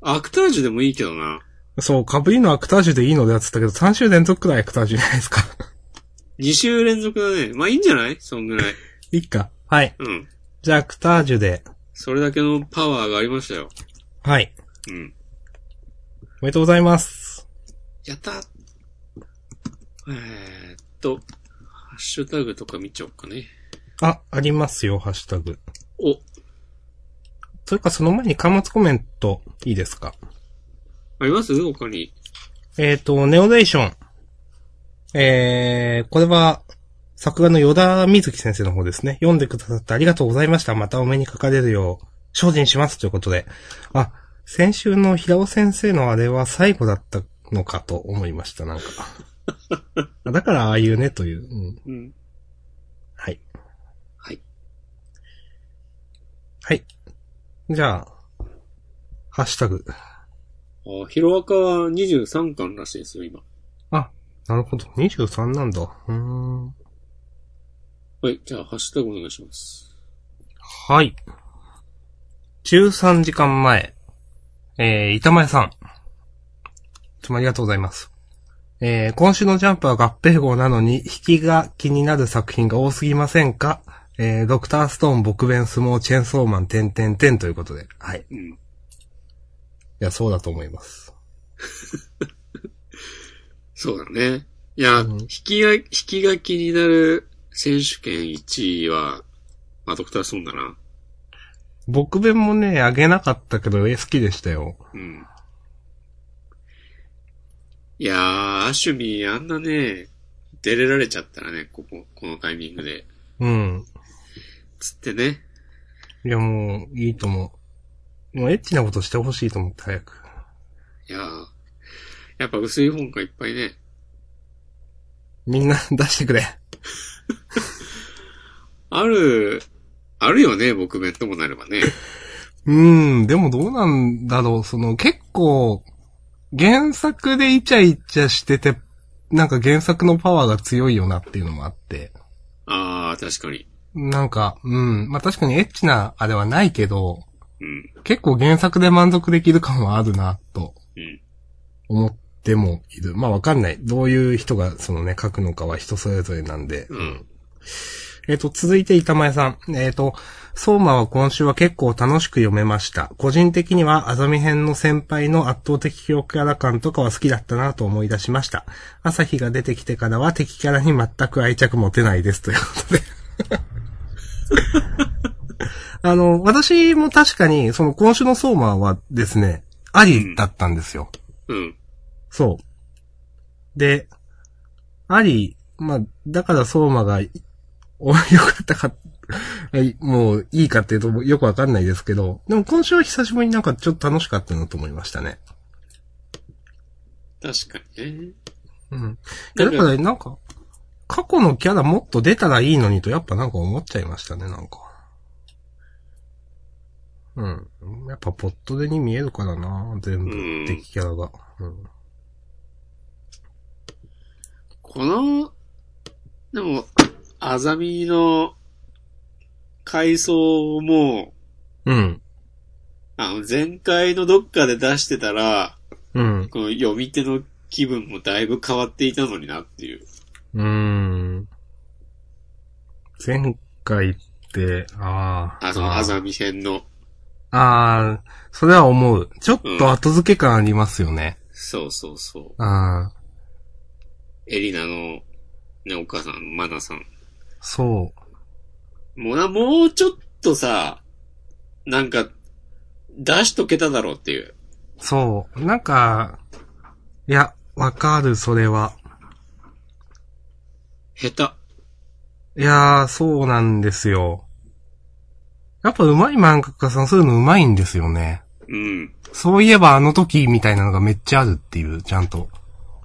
S1: アクタージュでもいいけどな。
S2: そう、かぶりのアクタージュでいいのでやってたけど、3週連続くらいアクタージュじゃないですか。
S1: 2週連続だね。まあいいんじゃないそんぐらい。
S2: いっか。はい。
S1: うん。
S2: じゃあ、アクタージュで。
S1: それだけのパワーがありましたよ。
S2: はい。
S1: うん。
S2: おめでとうございます。
S1: やったえー、っと、ハッシュタグとか見ちゃおうかね。
S2: あ、ありますよ、ハッシュタグ。
S1: お、
S2: それか、その前に端末コメント、いいですか。
S1: あります他に。
S2: えっ、ー、と、ネオデーション。えー、これは、作画の与田瑞希先生の方ですね。読んでくださってありがとうございました。またお目にかかれるよう、精進しますということで。あ、先週の平尾先生のあれは最後だったのかと思いまし た、なんか。あだからああいうね、という。うん、
S1: うん。
S2: はい。
S1: はい。
S2: はい。じゃあ、ハッシュタグ。
S1: あ、ヒロアカは23巻らしいですよ、今。
S2: あ、なるほど。23なんだ。うーん。
S1: はい、じゃあ、ハッシュタグお願いします。
S2: はい。13時間前。えー、板前さん。いつもありがとうございます。えー、今週のジャンプは合併号なのに、引きが気になる作品が多すぎませんかえー、ドクターストーン、僕弁、相撲、チェーンソーマン、点点点ということで。はい。い
S1: うん。
S2: や、そうだと思います。
S1: そうだね。いや、
S2: うん
S1: 引きが、引きが気になる選手権1位は、まあ、ドクターストーンだな。
S2: 僕弁もね、あげなかったけど、えー好きでしたよ。
S1: うん。いやー、アシュミーあんなね、出れられちゃったらね、ここ、このタイミングで。
S2: うん。
S1: つってね。
S2: いや、もう、いいと思う。もう、エッチなことしてほしいと思って、早く。
S1: いやー、やっぱ薄い本がいっぱいね。
S2: みんな、 出してくれ。
S1: ある、あるよね、僕弁ともなれば ね。
S2: うーん、でもどうなんだろう、その結構、原作でイチャイチャしてて、なんか原作のパワーが強いよなっていうのもあって、
S1: あー、確かに。
S2: なんか、うん、まあ、確かにエッチなあれはないけど、
S1: うん、
S2: 結構原作で満足できる感はあるな、と
S1: うん。
S2: 思ってもいる。まあ、わかんない。どういう人がそのね、書くのかは人それぞれなんで、
S1: うん。
S2: えっ、と、続いて板前さん。えっ、と、相馬は今週は結構楽しく読めました。個人的には、あざみ編の先輩の圧倒的強キャラ感とかは好きだったなと思い出しました。朝日が出てきてからは敵キャラに全く愛着持てないです。ということで。 あの、私も確かに、その今週のソーマーはですね、ありだったんですよ。
S1: うん。
S2: そう。で、あり、まあ、だから相馬が、お、よ かったか、はいもういいかっていうとよくわかんないですけど、でも今週は久しぶりになんかちょっと楽しかったなと思いましたね。
S1: 確かにね。
S2: うん。い
S1: な
S2: や
S1: ん
S2: だ
S1: か
S2: からなんか、過去のキャラもっと出たらいいのにとやっぱなんか思っちゃいましたね、なんか。うん。やっぱポットでに見えるからな、全
S1: うん
S2: 部、敵キャラが。うん。
S1: この、でも、アザミの回想も、
S2: うん。
S1: あの、前回のどっかで出してたら、
S2: うん。
S1: この読み手の気分もだいぶ変わっていたのになっていう。
S2: うーん。前回って、ああ。
S1: あ、その、あざみ編の。
S2: ああ、それは思う。ちょっと後付け感ありますよね。
S1: そうそうそ
S2: あ
S1: う。
S2: あ、
S1: エリナの、ね、お母さん、マナさん。
S2: そ
S1: もうな、もうちょっとさ、なんか、出しとけただろうっていう。
S2: う。そう。なんか、いや、わかる、それは。
S1: 下
S2: いやー、そうなんですよ。やっぱ上手い漫画家さんそういうの上手いんですよね。
S1: 手。うん。
S2: そういえばあの時みたいなのがめっちゃあるっていう、ちゃんと。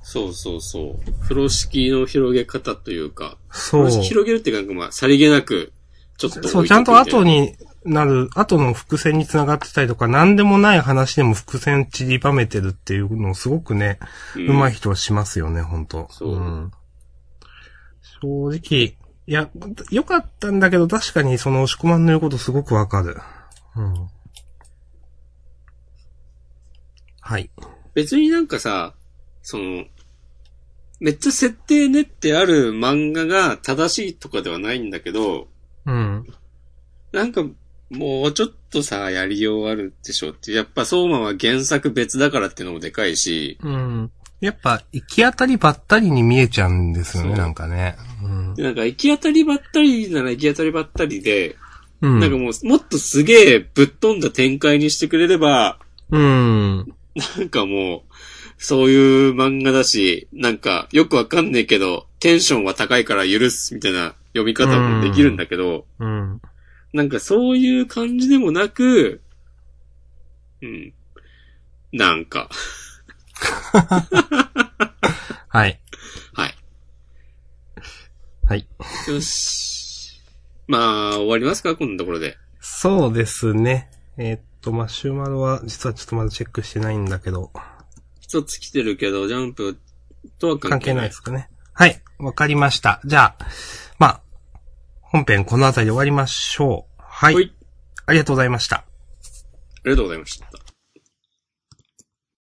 S1: そうそうそう。風呂敷の広げ方というか、
S2: そう。
S1: 広げるっていうか、まあ、さりげなく、ちょっと置いとくみたいな。
S2: そう、ちゃんと後になる、後の伏線につながってたりとか、何でもない話でも伏線散りばめてるっていうのをすごくね、
S1: うん、
S2: 上手い人はしますよね、ほんと。
S1: そうん
S2: 正直、いや、良かったんだけど、確かにその押し込まんの言うことすごくわかる。うん。はい。
S1: 別になんかさ、その、めっちゃ設定ねってある漫画が正しいとかではないんだけど、
S2: うん。
S1: なんかもうちょっとさ、やりようあるでしょって。やっぱ相馬は原作別だからっていうのもでかいし、
S2: うん。やっぱ、行き当たりばったりに見えちゃうんですよね、
S1: そう
S2: なんかね。うん
S1: で。なんか行き当たりばったりなら行き当たりばったりで、
S2: うん。
S1: なんかもうもっとすげえぶっ飛んだ展開にしてくれれば、
S2: うん。
S1: なんかもう、そういう漫画だし、なんかよくわかんねえけど、テンションは高いから許すみたいな読み方もできるんだけど、
S2: うん。
S1: なんかそういう感じでもなく、うん。なんか、
S2: はい。
S1: はい。
S2: はい。
S1: よし。まあ、終わりますかこんなところで。
S2: そうですね。えーっと、マシュマロは、実はちょっとまだチェックしてないんだけど、
S1: 一つ来てるけど、ジャンプとは
S2: 関
S1: 関
S2: 係
S1: 係
S2: な
S1: な
S2: いで
S1: い。
S2: すかね。はい。わかりました。じゃあ、まあ、本編この辺りで終わりましょう。はい。
S1: はい。
S2: ありがとうございました。
S1: ありがとうございました。